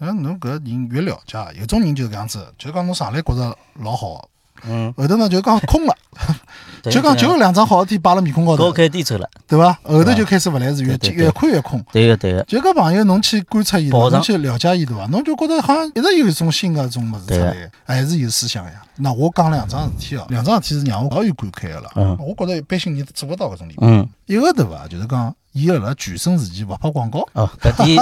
B: 嗯，侬搿人越了解，啊有种人就是搿样子，就是讲侬上来觉着老好，
A: 嗯，
B: 后头呢就讲空了，
A: 对啊
B: 就讲就有两张好的天摆辣面孔高
A: 高
B: 头，
A: 开低走了。
B: 对伐？后头就开始勿来事，越
A: 对对对
B: 越看越空。
A: 对个对个
B: 就搿朋友，侬去观察伊，
A: 保障
B: 侬去了解伊，对伐？侬就觉得好像一直有一种新的一种物事出
A: 对
B: 来，还是有思想呀。那我讲两桩事体哦，两桩事体是让我老有感慨个了。
A: 嗯
B: 我觉着一般性人做勿到搿种礼物。
A: 嗯，
B: 一个对伐，就是讲伊辣辣全盛时期勿拍广告，
A: 哦，搿点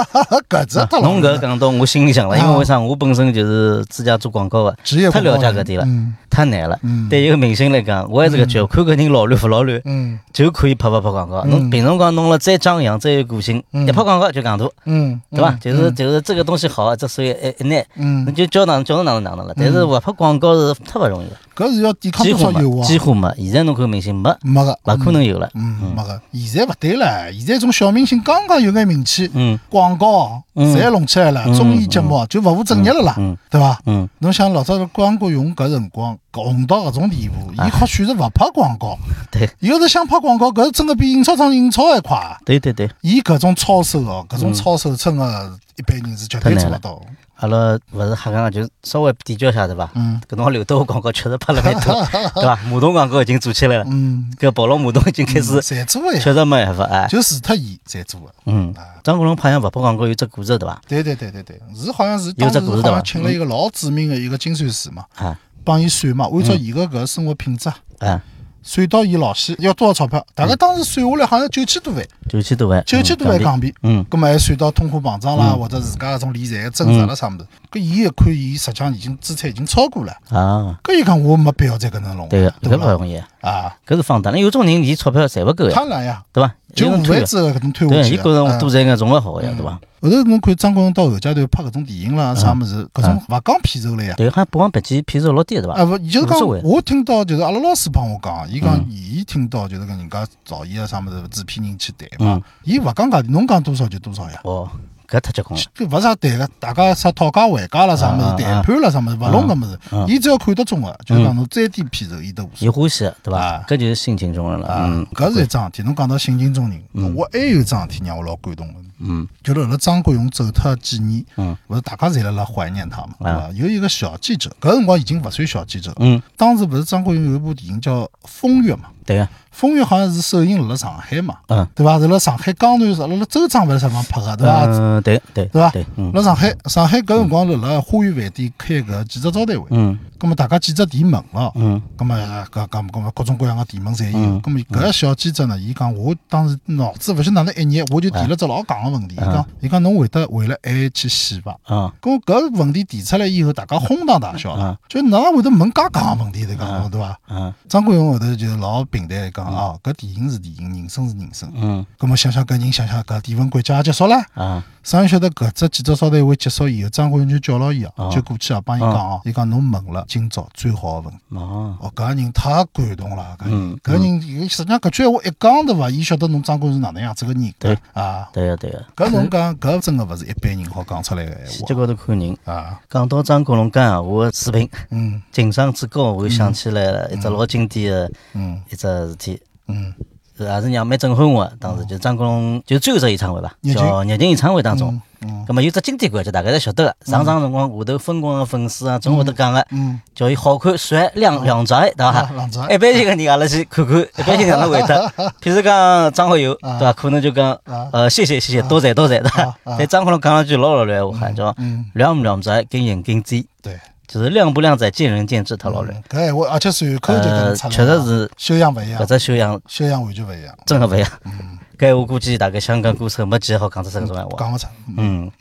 B: 搿只太老
A: 嗯侬搿
B: 了
A: 讲到我心里想了，因
B: 啊
A: 为为啥我本身就是自家做广告个，
B: 职业
A: 太
B: 广告
A: 了
B: 人
A: 解搿点了，
B: 嗯
A: 太难了
B: 嗯。
A: 对一个明星来讲，我还是搿句，看搿人老乱勿老乱，
B: 嗯
A: 就可以拍拍拍广告。侬平常讲弄了再张扬，再有个性，
B: 嗯
A: 一拍广告就戆大，
B: 嗯，
A: 对伐？
B: 嗯
A: 就是就是这个东西好，啊这所以一一拿，侬
B: 嗯，
A: 就叫哪叫侬哪能哪能了。但是勿拍广告是太勿容易了。
B: 搿是要抵抗
A: 几
B: 多
A: 乎
B: 少诱
A: 没，
B: 惑
A: 几
B: 啊？
A: 乎没。现在侬看明星没，
B: 没个，
A: 勿可能有了。
B: 嗯，没个。现在勿对了，现在种小明星刚刚有眼名气，
A: 嗯
B: 广告
A: 嗯
B: 侪弄起来了，
A: 嗯
B: 综艺节目就勿务正业了啦
A: 嗯嗯，
B: 对伐？
A: 嗯，
B: 侬想老早关国勇搿辰光搿红到搿种地步，伊
A: 哎
B: 好选择勿拍广告，
A: 对
B: 伊要是想拍广告，搿真个比印钞厂印钞还快啊。
A: 对对对，
B: 伊搿种操守哦，搿
A: 嗯
B: 种操守真个一般人是绝对做勿到。
A: 阿拉勿是瞎讲，就稍微比较一下对伐？
B: 嗯
A: 搿侬刘德华广告确实拍了蛮 多，对伐？马桶广告已经做起来了，
B: 嗯，
A: 搿暴龙马桶已经开始
B: 侪做个呀，
A: 确实没办法哎。
B: 就除脱伊侪做个。
A: 嗯，张国荣拍像勿拍广告有只故事对伐？
B: 对对对对对，是好像是
A: 有
B: 当
A: 只
B: 时
A: 故事
B: 好
A: 的吧嗯
B: 像请了一个老著名的一个精算师嘛，
A: 啊
B: 帮伊算嘛，按
A: 嗯
B: 照伊个搿生活品质啊，
A: 啊，
B: 算到伊老死要多少钞票，大概当时算下来好像九千多万，
A: 九千多万，
B: 九千多万港币。
A: 嗯嗯，
B: 咁么还算到通货膨胀啦，或者自家搿种理财的增值啦啥物事，搿伊一看，伊实际上已经资产已经超过了，
A: 啊，
B: 搿伊讲我没必要再搿能弄，
A: 对个，搿
B: 对
A: 勿
B: 伐？
A: 容易，
B: 啊，
A: 搿是放荡。有种人伊钞票侪勿够呀，
B: 贪婪呀，
A: 对伐？
B: 就
A: 有
B: 无
A: 人
B: 为
A: 推
B: 之的搿种推下
A: 对，
B: 去
A: 伊
B: 呀。
A: 觉着我
B: 啊
A: 多赚眼总归好个呀，对伐？
B: 后头侬看张国荣到后阶段拍搿种电影
A: 嗯
B: 啦啥物事，搿种勿讲片酬了呀。
A: 对，好像《霸王别姬》片酬老低对伐
B: 啊？勿，就是
A: 嗯无
B: 讲
A: 所谓嗯
B: 我听到就是阿拉老师帮我讲，伊讲伊听到就是跟人家导演啊啥物事制片人去谈嘛
A: 嗯，
B: 伊勿讲价钿，侬讲多少就多少呀。
A: 哦，搿太结棍了。
B: 搿勿啥谈个，大家啥讨价还价啦啥物
A: 啊啊啊
B: 事，谈判啦啥物事，勿弄搿物事，伊只要看得中个，啊就是讲侬再低片酬，伊都无所
A: 有欢喜，对吧
B: 啊？
A: 搿就是性情中人了。
B: 谓。
A: 嗯
B: 哎啊，，搿是一桩事体。侬讲到性情中人，我还有一桩事体让我老感动个。
A: 嗯
B: 就是辣辣张国荣走脱几年，
A: 嗯
B: 勿是大家侪辣辣怀念他嘛，对
A: 啊
B: 伐？有一个小记者，搿辰光已经勿算小记者了，
A: 嗯，
B: 当时勿是张国荣有一部电影叫《风月》嘛，
A: 对啊个，
B: 《风月》好像是首映辣辣上海嘛，
A: 嗯
B: 对伐？是辣上海江南是辣辣周庄勿是啥地方拍个，对伐？
A: 嗯，对对
B: 对啊伐
A: 对，嗯？
B: 辣上海，上海搿辰光辣辣花园饭店开搿记者招待会，
A: 嗯
B: 葛末大家记者提问了，
A: 嗯
B: 葛末呃搿搿搿么各种各样个提问侪有
A: 嗯，
B: 葛末搿个小记者呢，伊讲我当时脑子勿晓得哪能一热，我就提了只老戆个问题，伊讲伊讲侬会得为了爱去死伐？
A: 啊
B: 咁我搿问题提出来以后，大家哄堂大笑了
A: 啊，
B: 就哪能会得问介戆个问题对讲，对伐？
A: 啊
B: 张国荣后头就老平淡地讲啊，搿电影是电影，人生是人生。
A: 嗯
B: 咁么想想搿人想想搿电文管家也结束了，
A: 啊
B: 啥人晓得搿只记者招待会结束以后，张国荣就叫牢伊啊，
A: 啊
B: 就过去啊帮伊讲啊，伊讲侬问了今朝最好个问题。
A: 哦，
B: 哦，搿个人太感动了，搿人
A: 嗯
B: 搿人伊实际上搿句闲话一讲对伐？伊晓得侬张国荣是哪能样子个人，
A: 对
B: 啊。
A: 对个对个，
B: 搿侬讲搿真个勿是一般人好讲出来个闲
A: 这高头看人。
B: 话啊，
A: 讲到张国荣讲闲话的水平，
B: 嗯
A: 情商之高，我又想起来了一只老经典的
B: 嗯
A: 一只事体，
B: 嗯
A: 也是让蛮震撼我的。啊当时就张国荣就最后一只演唱会吧，
B: 热情
A: 叫热情演唱会当中
B: 嗯，嗯
A: 咁么有只经典环节，大家侪晓得个。上场辰光，下头疯狂个粉丝啊，总会得讲个，
B: 嗯，
A: 叫伊好看、帅、靓、靓仔，对
B: 啊
A: 伐？
B: 浪子
A: 一般性个人阿拉去看 看，一般性哪能回答？譬如讲张学友，对伐？可能就讲
B: 啊
A: 呃谢谢谢谢，多谢多谢，对伐
B: 啊啊？
A: 但张国荣讲了句老老卵闲话，叫
B: 嗯
A: 靓勿靓仔，见仁见智，
B: 对，
A: 就是靓不靓仔，见仁见智，特老卵。
B: 嗯搿闲话而且随口就搿能
A: 呃，
B: 出来
A: 确实
B: 了，
A: 是
B: 修养勿一样
A: 搿，只修养
B: 修养完全勿一样，
A: 真个勿一样。
B: 嗯
A: 搿闲话估计大概香港歌手没几个好讲出搿种闲话。
B: 讲勿出，
A: 嗯，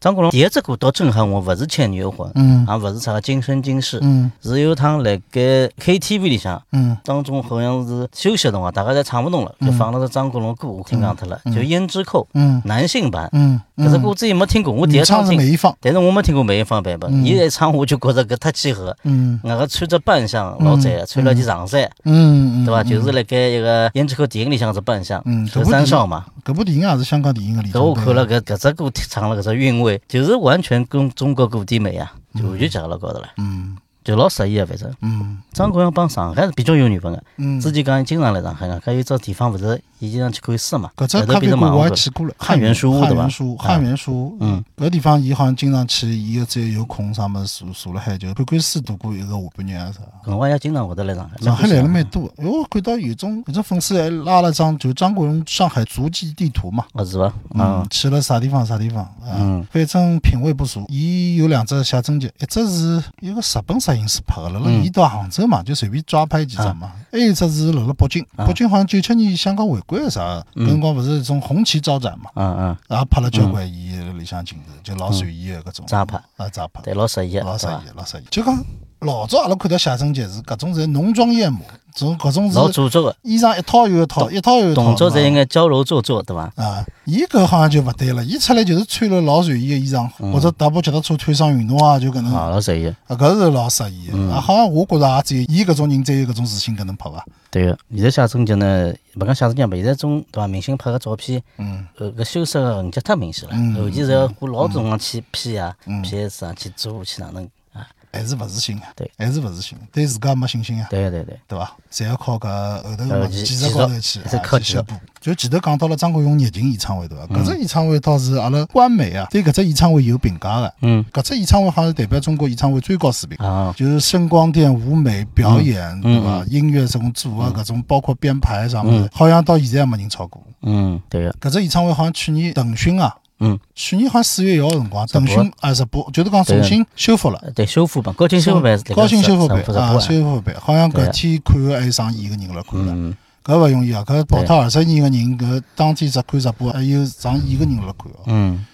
A: 张国荣第一只歌倒震撼我，勿是《倩女幽魂》，
B: 嗯
A: 也啊勿是啥个《今生今世》，
B: 嗯
A: 是有一趟辣盖 KTV 里向。
B: 嗯
A: 当中好像是休息的辰光，大家侪唱不动了，就放了只张国荣的歌，我听讲脱了，就《胭脂扣》
B: 嗯
A: 男性版。
B: 嗯
A: 搿只
B: 嗯，
A: 歌我之前没听过，我第一
B: 女
A: 趟
B: 唱嗯是
A: 听，
B: 梅艳芳，
A: 但是我没听过梅艳芳版本。伊一唱我就觉着搿太契合，
B: 嗯
A: 外加穿着扮相老啊赞，穿了件长衫，
B: 嗯嗯，
A: 对伐？就是辣盖一个《胭脂扣》电影里向搿只扮相
B: 嗯，
A: 就三少嘛。
B: 搿部电影也啊是香港电影个里
A: 搿
B: 头，
A: 我看了搿搿只歌唱了搿只韵味，就是完全跟中国古典美啊，就完全结合了高头了，
B: 嗯
A: 就老适意个反正。
B: 嗯
A: 张国荣帮上海是比较有缘分个，
B: 嗯，
A: 之前讲伊经常来上海，外加有一只地方勿是伊经常去看书嘛，
B: 搿只
A: 后头
B: 咖啡
A: 变成
B: 馆
A: 网
B: 我
A: 红
B: 也去过了，
A: 汉源书屋
B: 汉
A: 对吧
B: 源书，汉源书，
A: 嗯，
B: 搿地方伊好像经常去，伊个只要有空啥么子坐坐辣海就看看书，度过一个下半日啊啥。
A: 搿我也经常会得来上海。
B: 上海来了蛮多，哎，我看到有种有种粉丝还拉了张就张国荣上海足迹地图嘛，
A: 哦是伐？
B: 嗯
A: 嗯，
B: 去了啥地方啥地方，啊
A: 嗯，
B: 反正品味不俗。伊有两只写真集，一只是有个日本摄影师拍的，辣辣
A: 嗯
B: 伊到杭州嘛，就随便抓拍几张
A: 啊
B: 嘛。还有一只是辣辣北京，北京好像九七年香港回归啥，搿辰光勿是一种红旗招展嘛，
A: 嗯嗯，
B: 然后拍了交关伊里向镜头，就老随意的搿种
A: 抓拍
B: 啊抓拍。
A: 对，老适意个，
B: 老
A: 对
B: 色
A: 伐？
B: 一，老色一。就讲老早阿拉看到写真集是搿种是浓妆艳抹，种搿种
A: 老
B: 是
A: 做作个，
B: 衣裳一套又一套，一套又一套。
A: 动作侪
B: 对
A: 应
B: 伐
A: 该娇柔做作，对伐？
B: 啊，伊搿好像就勿对了，伊出来就是穿了老随意个衣裳，或者踏部脚踏车穿上运动啊，就搿能，啊
A: 嗯啊，老嗯适意个，
B: 搿是老色一个。啊，好像我觉着也只有伊搿种人才有搿种自信搿能拍啊伐？
A: 对个。现在写真集呢，勿讲写真集吧，现在种对伐？明星拍个照片，
B: 嗯
A: 呃，搿修饰个痕迹太明显
B: 嗯
A: 了，尤其是要花老多辰光去 P 啊、PS 啊、去做去哪能啊？
B: 还是勿自信个
A: 对，
B: 还是勿自信，对自家没信心啊。
A: 对对对，
B: 对伐？侪要靠搿后头个
A: 呃
B: 技
A: 技
B: 技术
A: 技
B: 高头
A: 术
B: 去
A: 还是
B: 啊
A: 靠
B: 去
A: 技
B: 修
A: 术
B: 补。就前头讲到了张国荣热情演唱会对伐？
A: 嗯
B: 搿只演唱会倒是阿拉官媒啊，对搿只演唱会有评价个。
A: 嗯
B: 搿只演唱会好像是代表中国演唱会最高水平，
A: 啊，
B: 就是声光电、舞美、表演，
A: 嗯
B: 对伐？音乐这种组合搿种，包括编排啥物事，好像到现在也没人超过。
A: 嗯，对个，
B: 搿只演唱会好像去年腾讯啊，
A: 嗯，
B: 去年好像四月一号辰光，
A: 直播
B: 腾讯啊直播，就是讲
A: 对
B: 重新修复了。
A: 呃对，修复版，高清修复版是迭个
B: 高清修复版
A: 直播
B: 啊，
A: 直播
B: 修复版，好像搿
A: 对
B: 天看个还有上亿个人辣看了，
A: 嗯，
B: 搿勿容易啊！搿跑脱二十亿个人，搿当天只看直播，还有上亿个人辣看哦。
A: 嗯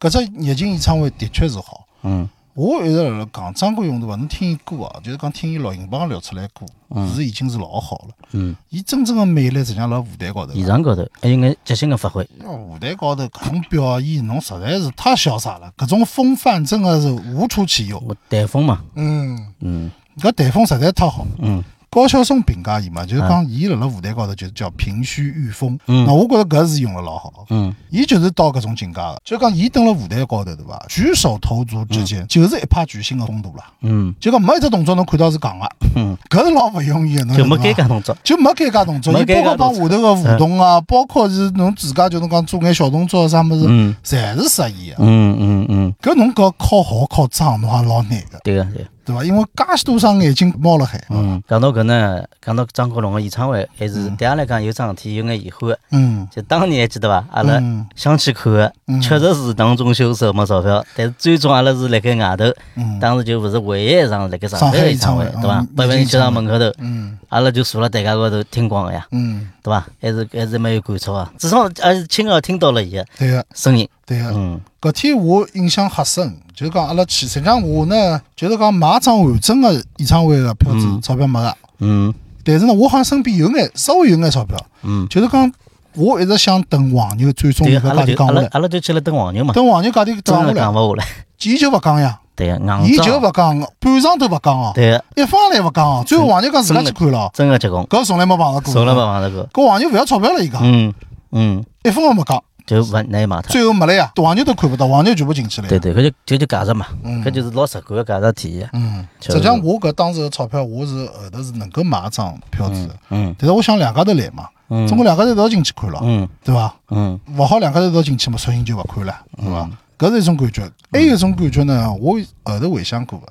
B: 搿只热情演唱会的确是好，
A: 嗯
B: 我一直辣辣讲张国荣对伐？侬听伊歌啊，就是讲听伊录音棚录出来的歌，是已经是老好了。
A: 嗯，
B: 伊真正个魅力实际上辣舞台高头
A: 现，场高头还应该即兴个发挥，
B: 要舞台高头搿种表演，侬实在是太潇洒了，搿种风范真个是无出其右。
A: 我台风嘛，
B: 嗯，
A: 嗯
B: 搿台风实在太好。
A: 嗯，
B: 高晓松评价伊嘛，就是讲伊辣辣舞台高头就是叫凭虚御风。
A: 嗯
B: 那我觉着搿是用了老好。
A: 嗯
B: 伊就是到搿种境界啊个，就讲伊蹲辣舞台高头，对伐？举手投足之间，就是一派巨星个风度啦。
A: 嗯
B: 就讲没一只动作侬看到是戆个，啊
A: 嗯，
B: 搿是老勿容易个，侬
A: 就
B: 晓
A: 没
B: 得伐
A: 尴尬动作。
B: 就没尴尬动作，
A: 没
B: 伊包
A: 尴尬
B: 括
A: 动嗯
B: 帮下头个互动啊，包括是侬自家就侬讲做眼小动作啊啥物事，
A: 嗯
B: 侪是适意个。
A: 嗯嗯嗯，
B: 搿侬搿靠好靠装侬还老难个，
A: 对个对个。
B: 对伐？因为介许多双眼睛猫辣海。
A: 嗯，讲到搿呢，讲到张国荣个演唱会，还是对阿拉来讲有桩事体有眼遗憾个。
B: 嗯
A: 就当年还记得伐？阿拉
B: 嗯
A: 想去看个，确实是当中修手没钞票，但是最终阿拉是辣盖外头，
B: 嗯
A: 当时就勿是唯一一场辣盖上
B: 上海
A: 海演
B: 演
A: 唱
B: 唱
A: 会，
B: 会
A: 对伐
B: 嗯？
A: 百万球场门口头，
B: 嗯
A: 阿拉就坐辣台阶高头听光个呀，
B: 嗯，
A: 对伐？还是还是蛮有感触啊，至少还是亲耳听到了伊个
B: 对个
A: 声音。
B: 对个。
A: 嗯
B: 搿天我印象很深，就是讲阿拉去，实际上我呢，就是讲买张完整个演唱会个票子，钞票没个。
A: 嗯
B: 但是呢，我好像身边有眼稍微有眼钞票，
A: 嗯，
B: 就是讲我一直想等黄牛最终
A: 对
B: 搿
A: 个，阿
B: 价
A: 拉
B: 钿
A: 就
B: 降
A: 阿
B: 下
A: 拉
B: 来，
A: 阿拉就去了等黄牛嘛，
B: 等黄牛价钿
A: 真
B: 降
A: 个
B: 下
A: 讲
B: 来，
A: 勿下来。
B: 伊就勿降呀，
A: 对个，硬
B: 伊
A: 仗
B: 就勿降个，半场都勿降哦，
A: 对个，
B: 一方来勿降哦，最后黄牛讲自家去看了，
A: 真个结棍，
B: 搿从来没碰着过，
A: 从来没碰着过。
B: 搿黄牛勿要钞票了，伊讲
A: 嗯嗯，
B: 一分也没降，
A: 就勿难买脱。
B: 最后没了呀，黄牛都看不到，黄牛全部进去了呀
A: 对。对，搿就搿就价值嘛，
B: 嗯
A: 搿就是老直观个价值体现。
B: 嗯，
A: 确
B: 实
A: 实
B: 际上我搿当时个钞票，我是后头是能够买一张票子的，
A: 嗯
B: 但是我想两家头来嘛，
A: 嗯
B: 总归两家头一道进去看了，
A: 嗯
B: 对伐？
A: 嗯
B: 勿好两家头一道进去嘛，索性就勿看了，对伐？搿是一种感觉，还有一种感觉呢，我后头回想过个，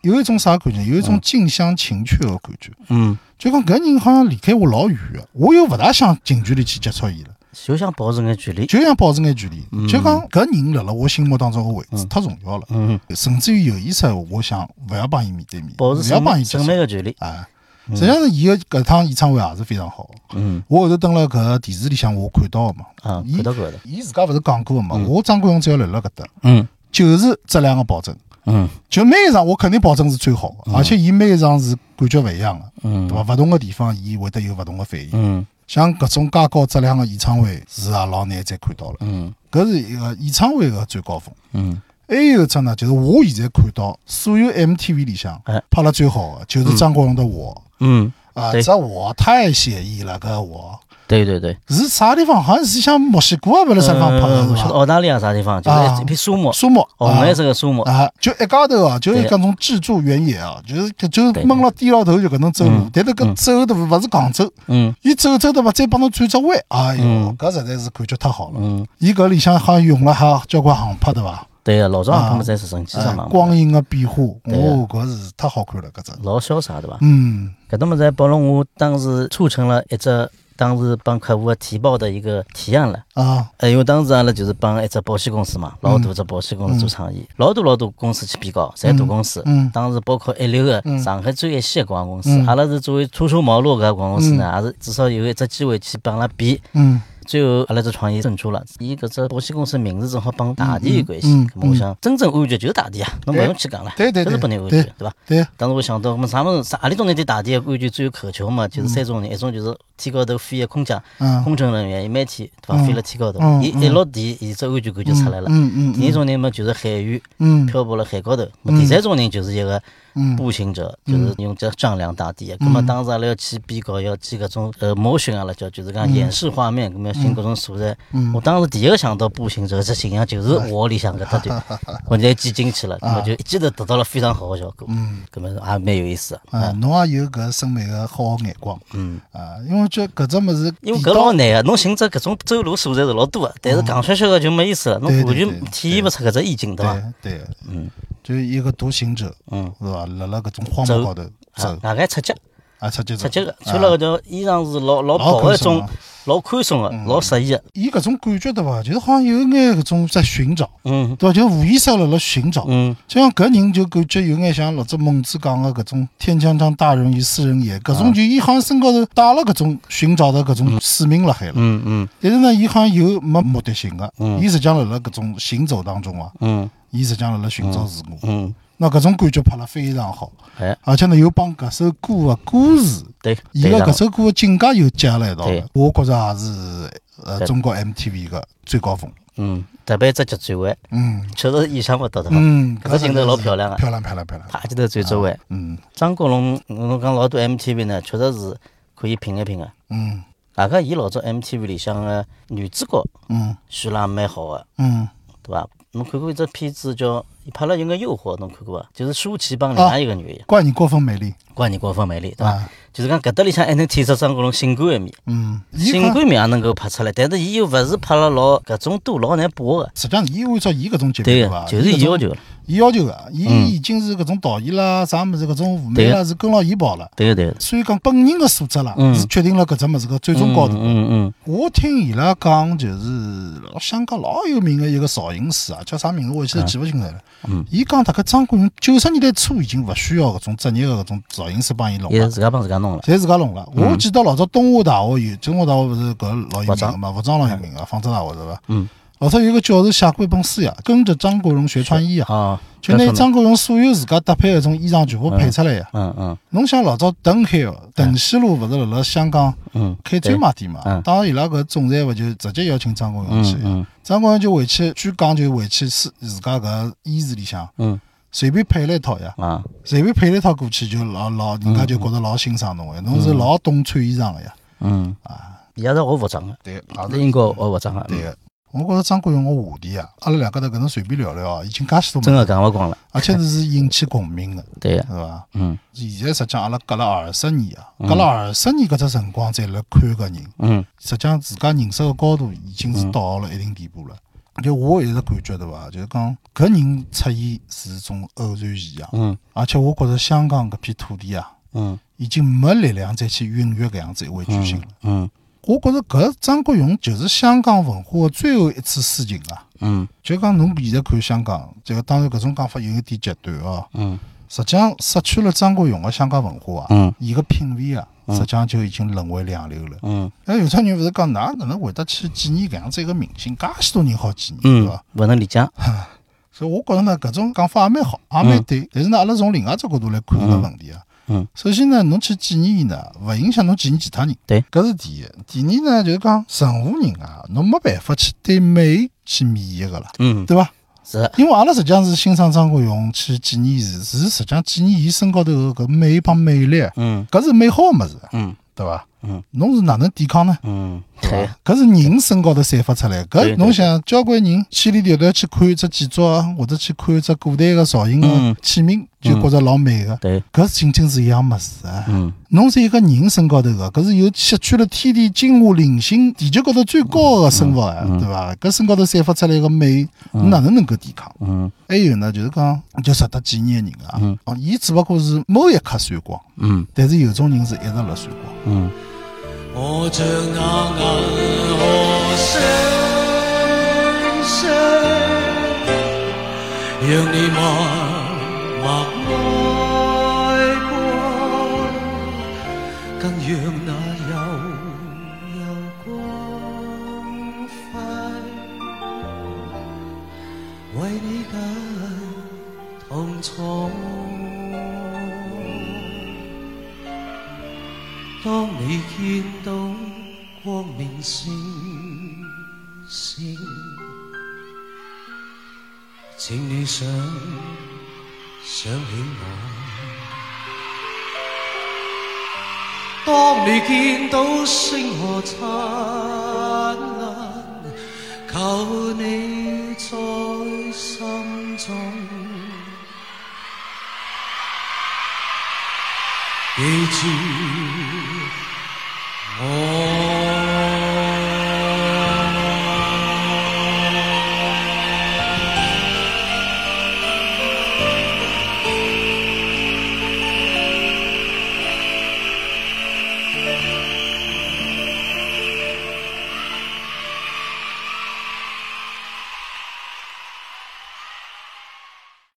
B: 有一种啥感觉？有一种近乡情怯个感觉，
A: 嗯，
B: 就讲搿人好像离开我老远个，我又勿大想近距离去接触伊了，
A: 就想保持眼距离。
B: 就想保持眼距离，就讲搿人辣辣我心目当中个位置太重要了，
A: 嗯，
B: 甚至于有意识，我想勿要帮伊面对面，
A: 保持
B: 勿要帮伊
A: 审
B: 接
A: 审
B: 触
A: 美。个距离。
B: 啊，实际上是伊个搿趟演唱会也是非常好。
A: 嗯
B: 我后头蹲辣搿电视里向，我看到个嘛，
A: 啊，
B: 伊
A: 看到搿头。
B: 伊自家勿是讲过个嘛，我张国荣只要来辣搿搭，
A: 嗯
B: 就是质量个保证，
A: 嗯
B: 就每一场我肯定保证是最好个，而且伊每一场是感觉勿一样个，对
A: 嗯
B: 伐？勿同个地方伊会得有勿同个反应。
A: 嗯
B: 像搿种介高质量个演唱会是也老难再看到了，
A: 嗯
B: 搿是一个演唱会个最高峰。
A: 嗯
B: 还有一只呢，就是我现在看到所有 MTV 里向
A: 哎
B: 拍了最好个，就是张国荣的《我》。
A: 嗯，
B: 啊，
A: 对
B: 这我太写意了，搿我
A: 对对对。
B: 是啥地方？好像是像墨西哥啊，勿是啥地方拍
A: 呃
B: 的
A: 我
B: 是
A: 晓得
B: 吧？
A: 澳大利亚啥地方，就
B: 啊
A: 是一片沙漠，
B: 沙漠
A: 红
B: 啊
A: 颜哦色个沙漠。
B: 啊，就一家头啊，就是
A: 对
B: 搿种自助原野啊，就是搿就是
A: 对
B: 闷了低牢头就搿能走路，但是搿走的勿是戆走，
A: 嗯
B: 伊走走的伐，再帮侬转只弯，哎哟，
A: 嗯
B: 搿实在是感觉太好了。
A: 嗯，
B: 伊搿里向好像用了还交关航拍对伐？
A: 对个，老早
B: 啊
A: 他们在直升机上
B: 啊
A: 嘛，
B: 光影个变化，
A: 嗯对
B: 哦，搿是太好看了搿只。
A: 老潇洒对伐？
B: 嗯
A: 搿种物事还帮了我当时促成了一只当时帮客户提报的一个提案了。
B: 啊，
A: 哎，因为当时阿拉就是帮一只保险公司嘛，
B: 嗯
A: 老大只保险公司做生意，老多老多公司去比稿，侪大公司。
B: 嗯
A: 当时包括一流的上海最一线的广告公司
B: 嗯，
A: 阿拉是作为初出茅庐搿家广告公司呢，也是至少有一只机会去帮阿拉比。
B: 嗯
A: 最后阿拉只创意胜出了，伊搿只保险公司名字正好帮大地有关系
B: 嗯嗯，
A: 咁我想真正安全就是大地啊，侬勿用去讲了，
B: 对对
A: 就是
B: 对
A: 本地安
B: 对
A: 全，对伐？
B: 对，
A: 当时我想到，我们啥么啥何里种人对大地的安全最有渴求嘛？就是三种人，一种就是天高头飞的空姐、
B: 嗯
A: 空乘人员，伊每天对伐飞了天高头
B: 嗯，
A: 伊一落地，伊只安全感就出来了。
B: 嗯嗯
A: 第二种人嘛，就是海员，
B: 嗯
A: 漂泊辣海高头。那第三种人就是一个
B: 嗯
A: 步行者，就是用脚丈量大地的。那么当时阿拉要去比稿，要去搿种呃模型阿拉叫，就是讲演示画面，搿么要寻各种素材。
B: 嗯
A: 我当时第一个想到步行者这形象就是我里向搿搭
B: 嗯
A: 段， 我就记进去了，
B: 啊
A: 那么就一记头得到了非常好的效果。嗯，搿么也蛮有意思的。
B: 啊，侬也有搿审美个好眼光，嗯啊，因为觉得搿只物事，
A: 因为搿老难个，侬寻只搿种走路素材是老多个，但是戆削削个就没意思了，侬
B: 嗯对
A: 完
B: 对
A: 全体验勿出搿只意境，对伐？
B: 对对，嗯，就是一个独行者，嗯，是伐？辣辣搿种荒漠高头
A: 啊
B: 走，
A: 外加出脚，
B: 啊，出脚
A: 出脚
B: 走
A: 个，，穿了搿条衣裳是老老
B: 老
A: 薄个一
B: 宽松啊嗯
A: 种，老宽松个，老适意个。啊
B: 伊搿种感觉对伐？就是好像有眼搿种在寻找，
A: 嗯
B: 对伐？就无意识辣辣寻找，
A: 嗯，
B: 就像搿人就感觉有眼像老早孟子讲啊个搿种“天将降大任于斯人也”，搿种就伊好像身高头带了搿种寻找的搿种使命辣海了。
A: 嗯嗯
B: 但是呢，伊好像有没目的性个，伊实际上辣辣搿种行走当中啊，
A: 嗯
B: 伊实际上辣辣寻找自我。
A: 嗯，
B: 那搿种感觉拍了非常好，
A: 哎，
B: 而且呢又帮搿首歌啊的歌词，
A: 对，
B: 伊
A: 对
B: 个
A: 上
B: 搿首歌的境界又结合辣一道了
A: 对，
B: 我觉着也是呃
A: 对
B: 中国 MTV 个最高峰。
A: 嗯，特别一只脊椎弯，
B: 嗯
A: 确实意想不到的嘛。
B: 嗯，
A: 搿只镜头老漂亮啊
B: 漂亮漂亮漂亮。
A: 啪叽头转折弯，
B: 嗯
A: 啊张国荣，侬讲老多 MTV 呢，确实是可以拼一拼个。
B: 嗯
A: 外加伊老早 MTV 里向个女主角
B: 嗯
A: 选了也蛮好个，
B: 嗯，
A: 对伐？侬看过一只片子叫《拍了有个诱惑》，侬看过伐？就是舒淇帮另外一个女的，
B: 怪你过分美丽
A: 关你过分美丽，对伐
B: 啊？
A: 就是讲搿搭里向还能体现出张国荣性感一面，
B: 嗯，伊
A: 性
B: 讲
A: 感面也能够拍出来，但是伊又勿是拍了老搿种多老难把握个，
B: 实际上伊按照伊搿种级
A: 对
B: 别
A: 个
B: 伐，，
A: 就是伊
B: 伊搿
A: 要
B: 种
A: 求了，
B: 伊要求个，伊已经是搿种导演啦啥物事搿种舞美啦是跟牢伊跑了。
A: 对个对个，
B: 所以讲本人的素质啦，
A: 嗯
B: 是决定了搿只物事个最终高度。
A: 嗯嗯
B: 我听伊拉讲，就是老香港老有名的一个造型师啊，叫啥名字我一下记勿清来了。
A: 嗯
B: 伊讲大概张国荣九十年代初已经勿需要搿种职业的搿种造型师帮伊弄
A: 嗯，也嗯
B: 了
A: 是，自家帮自家弄了，
B: 侪自家弄了。我记得老早东华大学有，中华大学勿是搿老
A: 服
B: 有名
A: 装
B: 个嘛，服装老有名个，纺织大学是伐？
A: 嗯，
B: 老早有个教授写过一本书呀，啊跟着张国荣学穿衣啊，
A: 啊，
B: 就
A: 搿
B: 拿
A: 说明
B: 张国荣所有自家搭配的搿种衣裳全部配出来呀。
A: 嗯嗯
B: 侬想老早邓开哦，邓锡路勿是辣辣香港
A: 嗯，
B: 开专卖店嘛
A: 嗯？
B: 当伊拉搿总裁勿就直接邀请张国荣去
A: 嗯，嗯
B: 张国荣就回去，据讲就回去试自家搿衣橱里向
A: 嗯
B: 随便配了一套呀，
A: 啊，
B: 随便配了一套过去就老老人家就觉着老欣赏侬呀，侬是老懂穿衣裳个呀
A: 嗯，
B: 啊！
A: 伊也是学服装个，
B: 对，啊
A: 在英国学服装个，
B: 对啊个。我觉着张国荣个话题啊，阿拉两家头搿能随便聊聊啊，已经介许多
A: 嗯真
B: 嘛，
A: 个讲勿光了，
B: 而且是引起共鸣个，
A: 对个，
B: 是伐？
A: 嗯
B: 现在实际上阿拉隔了二十年啊，隔了二十年搿只辰光再来看搿人，
A: 嗯
B: 实际上自家认识个高度已经是到了一定地步了。就我一直感觉对伐，就是讲搿人出现是一种偶然现象，
A: 嗯
B: 而且我觉着香港搿片土地啊，
A: 嗯
B: 已经没力量再去孕育搿样子一位巨星了。
A: 嗯
B: 我觉着搿张国荣就是香港文化的最后一次试情啊！
A: 嗯
B: 就讲侬现在看香港，这个当然搿种讲法有一点极端哦，
A: 嗯
B: 实际上失去了张国荣的香港文化啊，
A: 嗯
B: 伊个品味啊，实际上就已经沦为两流了。
A: 嗯
B: 哎，有种人勿是讲，哪搿能会得去纪念搿样子一个明星，介许多人好纪念，对啊
A: 嗯
B: 伐？，
A: 勿能理解，
B: 所以我觉着呢，搿种讲法也蛮好，也蛮对。但是呢，阿拉从另外一只角度来看搿问题啊。
A: 嗯，
B: 首先呢，侬去纪念伊呢，勿影响侬纪念其他人。
A: 对
B: 搿是第一。第二呢，就是讲任何人啊，侬没办法去对美去免疫个啦，
A: 嗯，
B: 对伐？
A: 是的，
B: 因为阿拉实际上是欣赏张国荣去纪念伊，是是实际上纪念伊身高头搿美帮美丽，
A: 嗯
B: 搿是美好个物事，
A: 嗯
B: 对伐？
A: 嗯，
B: 侬是哪能抵抗呢？
A: 嗯，
B: 对啊
A: 对
B: 吧，搿是人身高头散发出来。
A: 对
B: 搿
A: 对
B: 侬想，交关人千里迢迢去看一只建筑啊，或者去看一只古代个造型
A: 嗯
B: 个器皿，就觉着老美个。
A: 对，啊
B: 搿仅仅是一样物事啊！
A: 嗯
B: 侬是一个人身高头个，搿是有吸取了天地精华、灵性，地球高头最高个生物啊，
A: 嗯
B: 对伐？搿身高头散发出来个美，侬哪能能够抵抗？
A: 嗯
B: 还有呢，就是讲就值得纪念的人啊
A: 嗯，
B: 哦，伊只不过是某一刻闪光，
A: 嗯
B: 但是有种人是一直辣闪光。
A: 嗯，
C: 我像那银河星星，让你默默爱过，更让那悠悠光辉为你紧同坐。当你见到光明星星，请你想想起我。当你见到星河灿烂，求你在心中。记住 Oh. 我。
A: 嗯